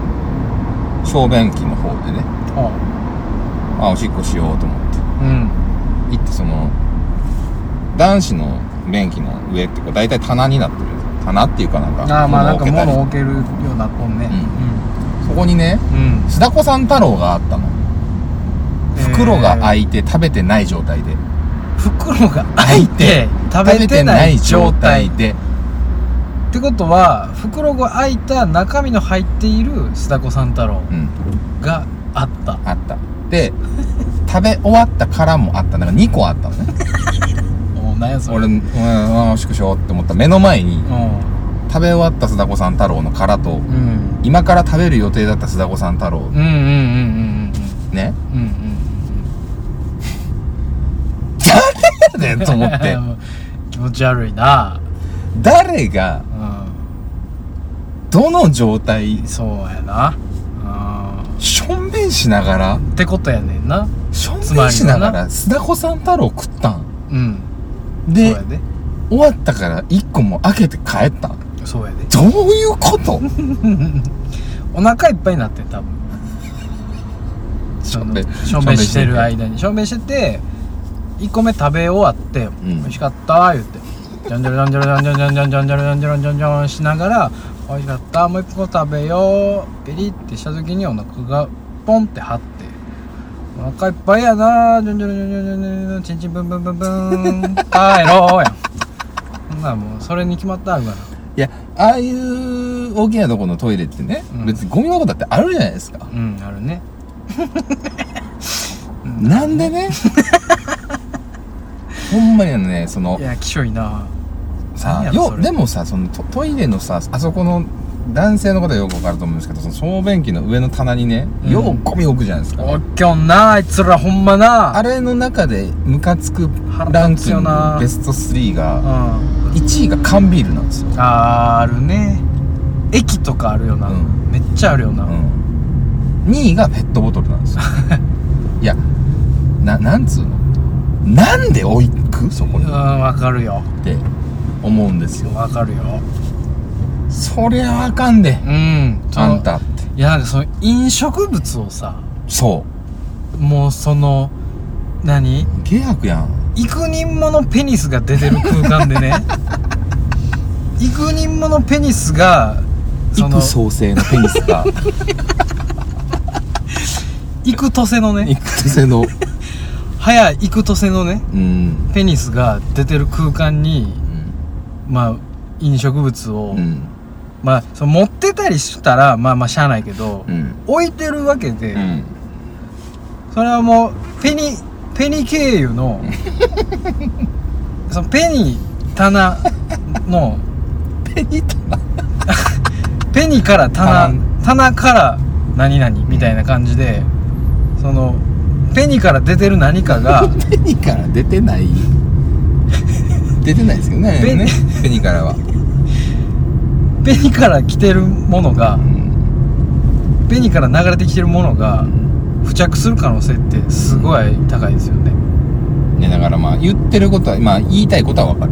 [SPEAKER 6] 小便器の方でね、
[SPEAKER 5] あ
[SPEAKER 6] まあ、おしっこしようと思って
[SPEAKER 5] うん
[SPEAKER 6] 行ってその男子の便器の上ってこう大体棚になってるんですよ棚っていうかなんか
[SPEAKER 5] ああまあなんか
[SPEAKER 6] 物
[SPEAKER 5] 物
[SPEAKER 6] を
[SPEAKER 5] 置けるような本ね
[SPEAKER 6] 置けたりそこにね
[SPEAKER 5] うん、うん
[SPEAKER 6] 須田子さん太郎があったの袋が
[SPEAKER 5] い、
[SPEAKER 6] 開いて食べてない状態で
[SPEAKER 5] 袋が開いて 食べてない状態
[SPEAKER 6] 食べてない状態で
[SPEAKER 5] ってことは袋が開いた中身の入っている須田子三太郎
[SPEAKER 6] うん
[SPEAKER 5] があった
[SPEAKER 6] あったで食べ終わった殻もあったなんか2個あったのね
[SPEAKER 5] おなんやそれ
[SPEAKER 6] 俺うんああおしくしようって思った目の前に
[SPEAKER 5] う
[SPEAKER 6] 食べ終わった須田子さん太郎の殻と
[SPEAKER 5] んうん
[SPEAKER 6] 今から食べる予定だった須田子さん太郎
[SPEAKER 5] うんうんうん
[SPEAKER 6] ね
[SPEAKER 5] うんうんうん
[SPEAKER 6] 誰やねんと思っ
[SPEAKER 5] う
[SPEAKER 6] て
[SPEAKER 5] んうん気持ち悪いな
[SPEAKER 6] 誰が
[SPEAKER 5] う
[SPEAKER 6] どの状態
[SPEAKER 5] んそうやな
[SPEAKER 6] しょんべんしながら
[SPEAKER 5] うんってことやねんな
[SPEAKER 6] しょんべんしながら須田子さん太郎食ったん
[SPEAKER 5] うんそう
[SPEAKER 6] で
[SPEAKER 5] やで
[SPEAKER 6] 終わったから1個も開けて帰ったん
[SPEAKER 5] そうやで
[SPEAKER 6] どういうこと
[SPEAKER 5] お腹いっぱいになってん多分
[SPEAKER 6] しょ
[SPEAKER 5] そ
[SPEAKER 6] ん
[SPEAKER 5] の
[SPEAKER 6] べん
[SPEAKER 5] 証明してる間に証明してて1個目食べ終わって「
[SPEAKER 6] ん
[SPEAKER 5] 美味しかった」言って「じゃんじゃらじゃんじゃらじゃんじゃんじゃんじゃんじゃんじゃんじゃんじゃんじゃんじゃん」しながら「美味しかったもう1個食べよう」ペリってした時にお腹がポンって張ってお腹いっぱいやなじゅんじゅんじゅんじゅんじゅんじゅんじゅんちんちんぶんぶんぶんぶん帰ろうやんそんなんもうそれに決まったあるから
[SPEAKER 6] いやああいう大きなとこのトイレってね、
[SPEAKER 5] うん
[SPEAKER 6] 別にゴミ箱だってあるじゃないですか、
[SPEAKER 5] うんあるね
[SPEAKER 6] なん でねほんまにあのねその
[SPEAKER 5] いやきしょいな
[SPEAKER 6] さ
[SPEAKER 5] 何やろそ
[SPEAKER 6] よ
[SPEAKER 5] れ
[SPEAKER 6] でもさそのトトイレのさあそこの男性の方はよくわかると思うんですけどその小便器の上の棚にね、
[SPEAKER 5] うん
[SPEAKER 6] ようゴミ置くじゃないですか
[SPEAKER 5] おっきょんなあいつらほんまな
[SPEAKER 6] あれの中でムカつくラ
[SPEAKER 5] 腹
[SPEAKER 6] ン
[SPEAKER 5] 立つ
[SPEAKER 6] キ
[SPEAKER 5] よ
[SPEAKER 6] ング
[SPEAKER 5] な
[SPEAKER 6] ベスト3
[SPEAKER 5] うん
[SPEAKER 6] が
[SPEAKER 5] あ
[SPEAKER 6] 1位が缶ビールなんですよ、
[SPEAKER 5] ーあるね駅とかあるよな、
[SPEAKER 6] うん
[SPEAKER 5] めっちゃあるよな、
[SPEAKER 6] うん、2位がペットボトルなんですよいやななんつうのなんで置くそこ
[SPEAKER 5] う
[SPEAKER 6] に
[SPEAKER 5] んわかるよ
[SPEAKER 6] って思うんですよ
[SPEAKER 5] わかるよ
[SPEAKER 6] そりゃあかんで
[SPEAKER 5] うん
[SPEAKER 6] あんたって
[SPEAKER 5] いやなんかその飲食物をさ
[SPEAKER 6] そ
[SPEAKER 5] もうその何
[SPEAKER 6] う下悪やん
[SPEAKER 5] 幾人ものペニスが出てる空間で ね幾人ものペニスがその
[SPEAKER 6] 幾創生のペニスが
[SPEAKER 5] 幾とせのね
[SPEAKER 6] 幾創生の
[SPEAKER 5] 早い幾とせのね
[SPEAKER 6] うん
[SPEAKER 5] ペニスが出てる空間にまあ飲食物を、
[SPEAKER 6] うん
[SPEAKER 5] まあその持ってたりしたらまあまあしゃあないけど、
[SPEAKER 6] うん
[SPEAKER 5] 置いてるわけで、
[SPEAKER 6] うん
[SPEAKER 5] それはもうペニペニ経由 のそのペニ棚の
[SPEAKER 6] ペニタ
[SPEAKER 5] ペニから棚棚から何々みたいな感じで、そのペニから出てる何か が
[SPEAKER 6] ペニから出てない出てないですけどね
[SPEAKER 5] ペニ
[SPEAKER 6] ねペニからは、
[SPEAKER 5] ペニから来てるものが
[SPEAKER 6] うん
[SPEAKER 5] ペニから流れてきてるものが付着する可能性ってすごい高いですよね
[SPEAKER 6] ね、だからまあ言ってることはまあ言いたいことは分かる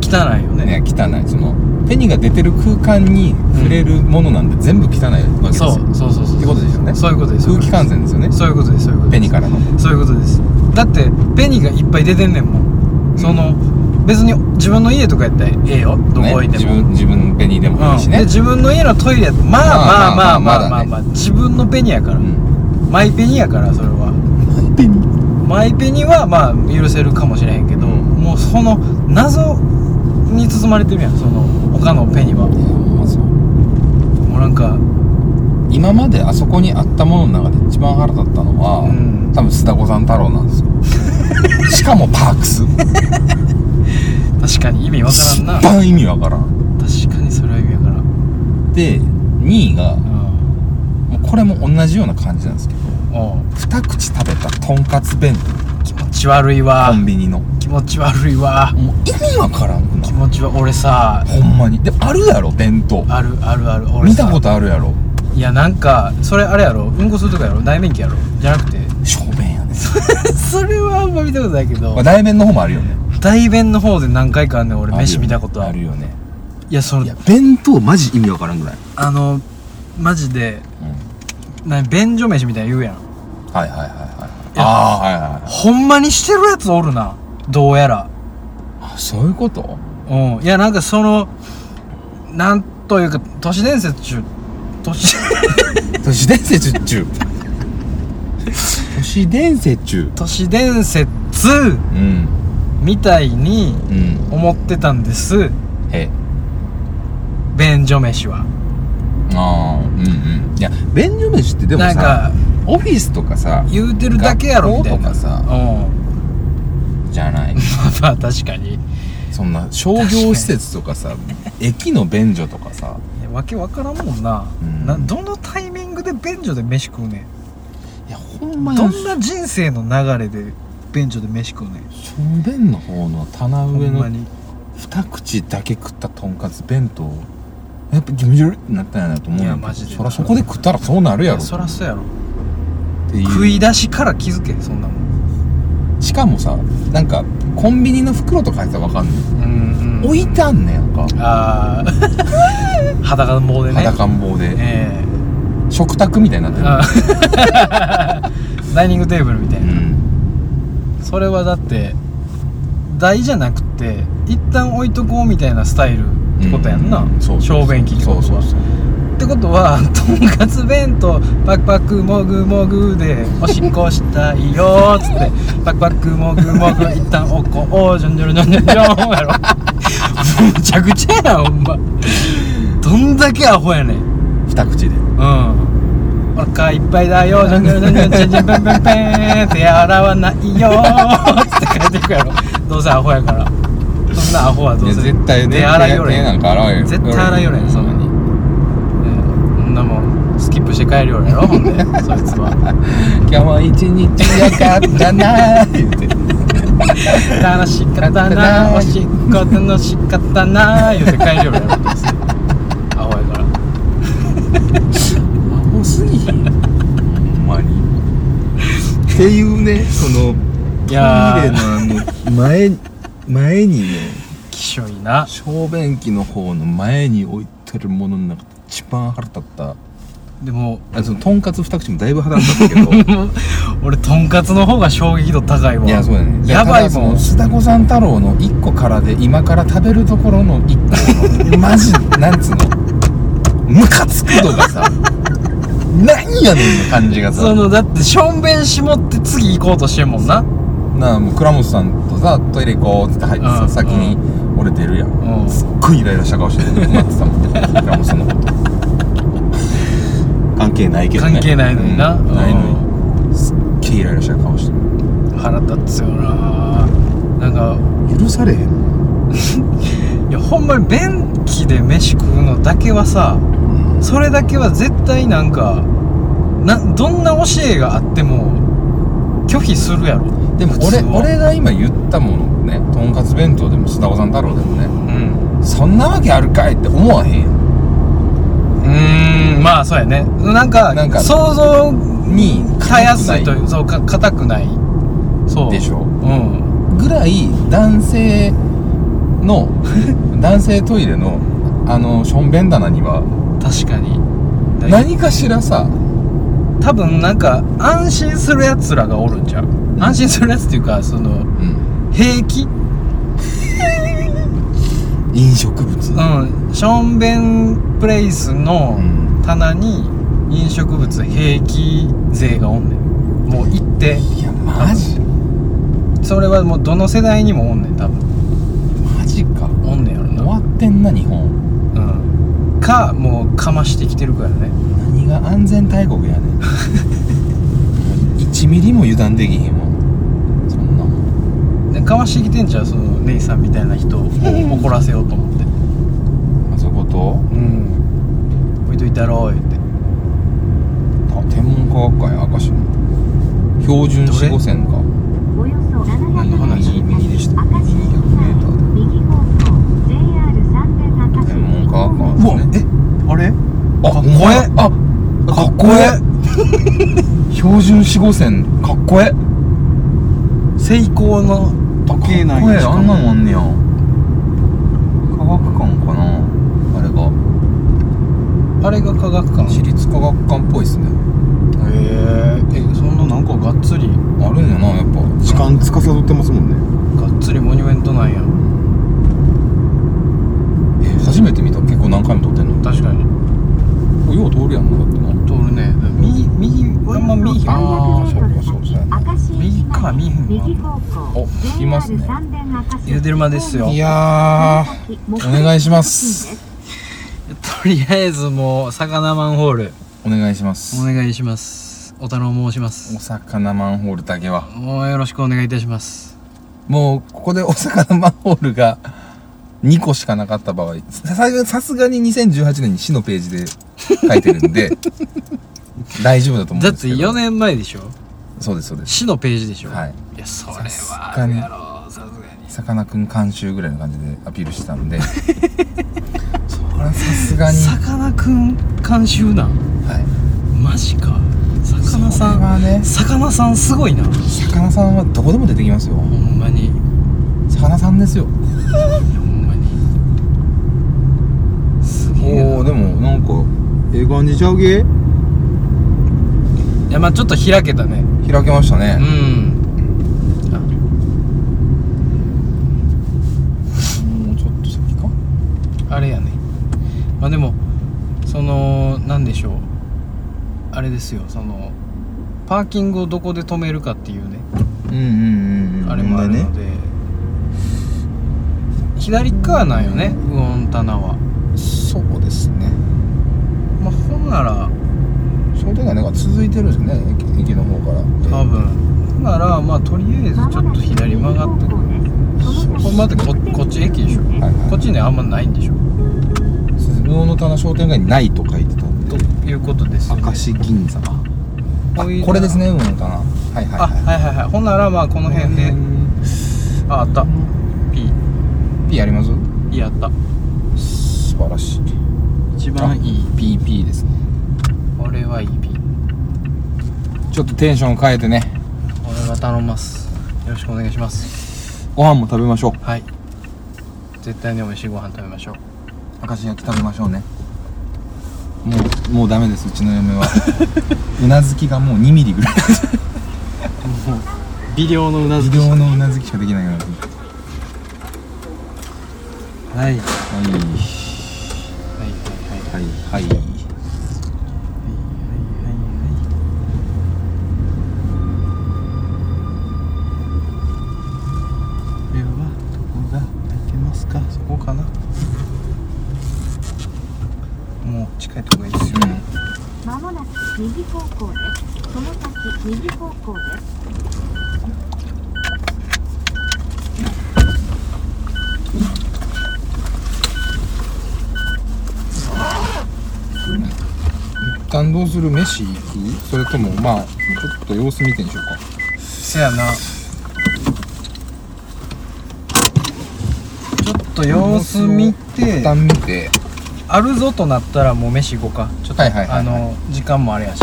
[SPEAKER 5] 汚いよね
[SPEAKER 6] ね汚いそのペニが出てる空間に触れるものなんで全部汚いわけです
[SPEAKER 5] そ
[SPEAKER 6] よ、
[SPEAKER 5] うそうそうそう
[SPEAKER 6] ってことですよね
[SPEAKER 5] そういうことです
[SPEAKER 6] 空気感染ですよね
[SPEAKER 5] そういうことですそういうことです
[SPEAKER 6] ペニからの
[SPEAKER 5] そういうことですだってペニがいっぱい出てんねんもんその、別に自分の家とかやったらええよどこ置いて
[SPEAKER 6] 自
[SPEAKER 5] も、
[SPEAKER 6] 分自分ペニでもいいし
[SPEAKER 5] うん、で
[SPEAKER 6] ね、
[SPEAKER 5] 自分の家のトイレやったらまあま
[SPEAKER 6] ま
[SPEAKER 5] あ
[SPEAKER 6] あ
[SPEAKER 5] ま
[SPEAKER 6] ま
[SPEAKER 5] あ
[SPEAKER 6] あ
[SPEAKER 5] まあまあまあ、
[SPEAKER 6] ま
[SPEAKER 5] 自分のペニやから、
[SPEAKER 6] うん
[SPEAKER 5] マイペニやからそれは
[SPEAKER 6] ペニ
[SPEAKER 5] マイペニはまあ許せるかもしれへんけど、もうその謎に包まれてるやんその他のペニはも
[SPEAKER 6] いやまあそう
[SPEAKER 5] うなんか
[SPEAKER 6] 今まであそこにあったものの中で一番腹立ったのは、
[SPEAKER 5] うん
[SPEAKER 6] 多分須田子さん太郎な んですよしかもパークス
[SPEAKER 5] 確かに意味わからんな
[SPEAKER 6] 一番意味わからん
[SPEAKER 5] 確かにそれは意味わからん、
[SPEAKER 6] で2位が
[SPEAKER 5] うん
[SPEAKER 6] もうこれも同じような感じなんですけど
[SPEAKER 5] おう
[SPEAKER 6] 二口食べたとんかつ弁
[SPEAKER 5] 気持ち悪い
[SPEAKER 6] 当
[SPEAKER 5] わ
[SPEAKER 6] コンビニの
[SPEAKER 5] 気持ち悪いわ
[SPEAKER 6] もう意味わからんくな
[SPEAKER 5] 気
[SPEAKER 6] い
[SPEAKER 5] 持ちは俺さ
[SPEAKER 6] ほんまにであるやろ弁当
[SPEAKER 5] あるあるある俺
[SPEAKER 6] 見
[SPEAKER 5] さ
[SPEAKER 6] たことあるやろ
[SPEAKER 5] いやなんかそれあれやろうんこするとかやろ内面器やろじゃなくて
[SPEAKER 6] 小便や ね
[SPEAKER 5] それはあんま見たことないけど
[SPEAKER 6] まあ大便の方もあるよね
[SPEAKER 5] 大便の方で何回かあんねん俺飯見たことあ
[SPEAKER 6] あ
[SPEAKER 5] る
[SPEAKER 6] るよね
[SPEAKER 5] いやその
[SPEAKER 6] いや弁当マジ意味わからんぐらい、
[SPEAKER 5] あのマジで
[SPEAKER 6] うん、
[SPEAKER 5] な便所飯みたいな言うやん
[SPEAKER 6] はいはいはいはい
[SPEAKER 5] いや
[SPEAKER 6] ああはいはいはい
[SPEAKER 5] ほんまにしてるやつおるなどうやら
[SPEAKER 6] あそういうこと
[SPEAKER 5] うんいやなんかそのなんというか都市伝説中都市
[SPEAKER 6] 都市伝説中都市伝説中
[SPEAKER 5] 都市伝説
[SPEAKER 6] うん
[SPEAKER 5] みたいに
[SPEAKER 6] うん
[SPEAKER 5] 思ってたんです
[SPEAKER 6] へ
[SPEAKER 5] 便所飯は
[SPEAKER 6] ああうんうんいや便所飯ってでも
[SPEAKER 5] なん
[SPEAKER 6] さ
[SPEAKER 5] か
[SPEAKER 6] オフィスとかさ
[SPEAKER 5] 言うてるだけやろみたいな
[SPEAKER 6] 学校とかさ
[SPEAKER 5] うん
[SPEAKER 6] じゃない
[SPEAKER 5] まあ確かに
[SPEAKER 6] そんな商業施設とかさ駅の便所とかさ
[SPEAKER 5] わけわからんもんな,、
[SPEAKER 6] うん
[SPEAKER 5] などのタイミングで便所で飯食うね
[SPEAKER 6] いやほん
[SPEAKER 5] ん
[SPEAKER 6] まに
[SPEAKER 5] どんな人生の流れで便所で飯食うねん
[SPEAKER 6] 小便の方の棚
[SPEAKER 5] ほ
[SPEAKER 6] 上
[SPEAKER 5] ん
[SPEAKER 6] の
[SPEAKER 5] まに
[SPEAKER 6] 二口だけ食ったとんかつ弁当やっぱギュルギュルってなったんやなと思うんだけど
[SPEAKER 5] いやマジで
[SPEAKER 6] そらそこで食ったらそうなるやろ
[SPEAKER 5] そらそうやろ
[SPEAKER 6] っていう
[SPEAKER 5] 食い出しから気づけそんなもん
[SPEAKER 6] しかもさなんかコンビニの袋とか入ってたらわかんない、
[SPEAKER 5] うん、
[SPEAKER 6] 置いてあんねやんか
[SPEAKER 5] ああ 裸の棒でね
[SPEAKER 6] 裸ん坊で、
[SPEAKER 5] え
[SPEAKER 6] 食卓みたいに
[SPEAKER 5] え
[SPEAKER 6] な
[SPEAKER 5] あ
[SPEAKER 6] って
[SPEAKER 5] ー ダイニングテーブルみたい
[SPEAKER 6] るう
[SPEAKER 5] な、
[SPEAKER 6] ん
[SPEAKER 5] それはだって台じゃなくて一旦置いとこうみたいなスタイルってことやんな、
[SPEAKER 6] うんそうそうそう
[SPEAKER 5] 小便器ってことは
[SPEAKER 6] そうそうそう
[SPEAKER 5] ってことは とんかつ弁当パクパクもぐもぐでおしっこしたいよーっつってパクパクもぐもぐ一旦おこおじょんじょろじょんじょろじょんや ろむちゃくちゃやんほんまどんだけアホやねんうん
[SPEAKER 6] 二口で
[SPEAKER 5] お腹いっぱいだよじょんじょろじょんじょろじゃんじゃんぺんぺんぺん手洗わないよーっつって帰っていくやろどうせアホやからそんなアホはど
[SPEAKER 6] いうや
[SPEAKER 5] せ
[SPEAKER 6] 絶対ね
[SPEAKER 5] 手洗いよ
[SPEAKER 6] 手
[SPEAKER 5] れ
[SPEAKER 6] なんか洗うよ
[SPEAKER 5] 絶対洗いよれんそんなにねそんなもんスキップして帰るようやろほんでそいつは
[SPEAKER 6] 今日も一日よかったなー言って
[SPEAKER 5] 楽しかったなおしっこ楽しかったな言うて帰るようやろどうせアホやから
[SPEAKER 6] アホすぎひんほんまにっていうねその
[SPEAKER 5] い
[SPEAKER 6] トイレの
[SPEAKER 5] やー
[SPEAKER 6] あの前前にね
[SPEAKER 5] きしょいな
[SPEAKER 6] 小便器の方の前に置いてるものの中で一番腹立った
[SPEAKER 5] でも
[SPEAKER 6] あそのとんかつ二口もだいぶ腹立ったけど
[SPEAKER 5] 俺とんかつの方が衝撃度高いわ
[SPEAKER 6] いやそうだね
[SPEAKER 5] やばいもん
[SPEAKER 6] ただその須田子さん太郎の一個からで今から食べるところの一個のマジなんつうのムカつくのがさ何やねんの感じがさ
[SPEAKER 5] そのだってしょんべんしもって次行こうとしてんもんな
[SPEAKER 6] なあもう倉本さんとさトイレ行こうっつって入って
[SPEAKER 5] う
[SPEAKER 6] さ
[SPEAKER 5] ん
[SPEAKER 6] 先に俺出るやん
[SPEAKER 5] うん
[SPEAKER 6] すっごいイライラした顔してる待ってたもん倉本さんの こと関係ないけどね
[SPEAKER 5] 関係ないのにな、
[SPEAKER 6] うんないのにすっげえイライラした顔して
[SPEAKER 5] うん腹立つよななんか
[SPEAKER 6] る許されへん
[SPEAKER 5] いやほんまに便器で飯食うのだけはさそれだけは絶対なんかなどんな教えがあっても拒否するやろ
[SPEAKER 6] でも
[SPEAKER 5] 普通
[SPEAKER 6] 俺
[SPEAKER 5] は
[SPEAKER 6] 俺が今言ったものねとんかつ弁当でも須田子さん太郎でもね
[SPEAKER 5] うん
[SPEAKER 6] そんなわけあるかいって思わへんやん
[SPEAKER 5] うーんまあそうやねなんか
[SPEAKER 6] なんか
[SPEAKER 5] 想像
[SPEAKER 6] に
[SPEAKER 5] たやすいというそうか硬くないそう
[SPEAKER 6] でしょ
[SPEAKER 5] うん
[SPEAKER 6] ぐらい男性 の男性トイレのあのしょんべん棚には
[SPEAKER 5] 確かに
[SPEAKER 6] 何かしらさ
[SPEAKER 5] 多分なんか安心するやつらがおるんちゃう安心するやつっていうかその平気
[SPEAKER 6] 飲食物
[SPEAKER 5] うんションベンプレイスの
[SPEAKER 6] うん
[SPEAKER 5] 棚に飲食物平気税がおんねんもう行って
[SPEAKER 6] いやマジ
[SPEAKER 5] それはもうどの世代にもおんねん多分
[SPEAKER 6] マジか
[SPEAKER 5] おんねんやろ
[SPEAKER 6] 終
[SPEAKER 5] な
[SPEAKER 6] わってんな日本
[SPEAKER 5] うんかもうかましてきてるからね
[SPEAKER 6] 何が安全大国やね ん1ミリも油断できへんもんそんなもん
[SPEAKER 5] でかましてきてんちゃうその姉さんみたいな人を怒らせようと思って
[SPEAKER 6] あそこと
[SPEAKER 5] うん置いといたろう言って
[SPEAKER 6] た天文科学会明石の標準四五線か
[SPEAKER 7] およそ
[SPEAKER 6] 何の話
[SPEAKER 7] 700
[SPEAKER 6] 右でした
[SPEAKER 7] 明
[SPEAKER 6] 右
[SPEAKER 7] 石
[SPEAKER 6] 1 0 0ー
[SPEAKER 7] 右方向 JR 三連明石
[SPEAKER 6] 天文科学
[SPEAKER 5] うわ
[SPEAKER 6] 館ですね
[SPEAKER 5] あれ
[SPEAKER 6] あ
[SPEAKER 5] かっこええ
[SPEAKER 6] あかっこえ え標準四五線かっこええ
[SPEAKER 5] 成功の時計なんやし
[SPEAKER 6] かっこ
[SPEAKER 5] か
[SPEAKER 6] ええあんな
[SPEAKER 5] も
[SPEAKER 6] んあんねや科学館かなあれが
[SPEAKER 5] あれが科学館
[SPEAKER 6] 私立科学館っぽいっすね
[SPEAKER 5] へええそんななんかがっつり
[SPEAKER 6] あるんやなやっぱ
[SPEAKER 8] 時間司ってますもんね
[SPEAKER 5] がっつりモニュメントなんや
[SPEAKER 6] え初めて見た結構何回も撮ってんの
[SPEAKER 5] 確かに
[SPEAKER 6] よう通るやんなだってな
[SPEAKER 5] 通るね右右あんま見えへん
[SPEAKER 6] あーそうかそうか
[SPEAKER 7] 明石
[SPEAKER 5] 右
[SPEAKER 7] 駅
[SPEAKER 5] か
[SPEAKER 7] 前
[SPEAKER 5] 見えへ
[SPEAKER 7] 右
[SPEAKER 5] んわ
[SPEAKER 7] 方
[SPEAKER 6] お
[SPEAKER 7] 向
[SPEAKER 6] 聞きますね
[SPEAKER 7] JR 三連明石
[SPEAKER 5] ゆでるまですよ
[SPEAKER 6] いやーお願いします
[SPEAKER 5] とりあえずもう魚マンホール
[SPEAKER 6] お願いします
[SPEAKER 5] お願いしますおたの申します
[SPEAKER 6] お魚マンホールだけは
[SPEAKER 5] もうよろしくお願いいたします
[SPEAKER 6] もうここでお魚マンホールが2個しかなかった場合ささがさすがに2018年に死のページで書いてるんで大丈夫だと思う
[SPEAKER 5] だ
[SPEAKER 6] ん
[SPEAKER 5] っ
[SPEAKER 6] で
[SPEAKER 5] て
[SPEAKER 6] すけど
[SPEAKER 5] 4年前でしょ
[SPEAKER 6] そうですそうです
[SPEAKER 5] 死のページでしょ
[SPEAKER 6] はい
[SPEAKER 5] いやそれ
[SPEAKER 6] さす
[SPEAKER 5] は
[SPEAKER 6] がに
[SPEAKER 5] ろさすがに
[SPEAKER 6] さかなクン監修ぐらいの感じでアピールしてたんでそれはさすがに
[SPEAKER 5] さかなクン監修なん
[SPEAKER 6] はい
[SPEAKER 5] マジかさかなさ
[SPEAKER 6] そ
[SPEAKER 5] ん
[SPEAKER 6] れはね
[SPEAKER 5] さかなさんすごいな
[SPEAKER 6] 魚さんはどこでも出てきますよ
[SPEAKER 5] ほんまに
[SPEAKER 6] 魚さんですよ
[SPEAKER 5] ほんまにすげえな
[SPEAKER 6] おおでもなんか
[SPEAKER 8] ええ感じちゃうげ
[SPEAKER 5] いやまあちょっと開けたね
[SPEAKER 6] 開けました
[SPEAKER 5] う
[SPEAKER 6] ね、
[SPEAKER 5] ん
[SPEAKER 6] もうちょっと先か
[SPEAKER 5] あれやねまあでもそそのなんでしょうあれですよそのパーキングをどこで止めるかっていうね
[SPEAKER 8] うんうんうんうん
[SPEAKER 5] あれもあるの
[SPEAKER 8] 問題
[SPEAKER 5] で、左側なんよねウオン棚は、
[SPEAKER 8] ねそうですね
[SPEAKER 5] まあ、ほんなら
[SPEAKER 6] 商店街なんか続いてるんですよね駅駅の方から
[SPEAKER 5] 多分ほんならまあとりあえずちょっと左曲がってこ
[SPEAKER 7] こ
[SPEAKER 5] れ待ってここっち駅でしょ
[SPEAKER 6] はいはい
[SPEAKER 5] こっちねあんまないんでしょ
[SPEAKER 6] 鈴魚の棚商店街にないと書いてたん
[SPEAKER 5] と
[SPEAKER 6] で
[SPEAKER 5] いうことですよね
[SPEAKER 8] 明石銀座
[SPEAKER 6] あ
[SPEAKER 5] こういう
[SPEAKER 6] これですね魚の棚はいはい
[SPEAKER 5] あ
[SPEAKER 6] は
[SPEAKER 5] は
[SPEAKER 6] い
[SPEAKER 5] いはいはいほんならまあこの辺でああった P
[SPEAKER 6] P あります
[SPEAKER 5] いやあった
[SPEAKER 6] 素晴らしい
[SPEAKER 5] 一
[SPEAKER 6] あ
[SPEAKER 5] 番いい
[SPEAKER 6] PP ですね
[SPEAKER 5] これはいい P
[SPEAKER 6] ちょっとテンション変えてね
[SPEAKER 5] これは頼ますよろしくお願いします
[SPEAKER 6] ご飯も食べましょう
[SPEAKER 5] はい絶対に美味しいご飯食べましょう
[SPEAKER 6] 明石焼き食べましょうねもうもうダメですうちの嫁は うなずきがもう2ミリぐらい
[SPEAKER 5] 微量のうな
[SPEAKER 6] 微量のうなずきしかできないから
[SPEAKER 5] はいはい
[SPEAKER 6] はい
[SPEAKER 5] はいはい
[SPEAKER 6] はいはい
[SPEAKER 8] これはどこが空いてますか
[SPEAKER 5] そこかなもう近いとこがいいですよね、
[SPEAKER 7] まもなく右方向です。その先右方向です。
[SPEAKER 6] 一旦どうする飯行くそれともまあちょっと様子見てにしようか
[SPEAKER 5] せやなちょっと様子見て
[SPEAKER 6] 一旦見て
[SPEAKER 5] あるぞとなったらもう飯行こうかちょっと、
[SPEAKER 6] はいはいはいはい
[SPEAKER 5] あの時間もあれやし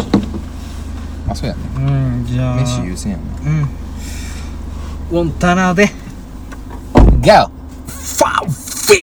[SPEAKER 6] あそうやね
[SPEAKER 5] うんじゃあ
[SPEAKER 6] 飯優先やな
[SPEAKER 5] うんウォンタナで
[SPEAKER 6] Go! ファウ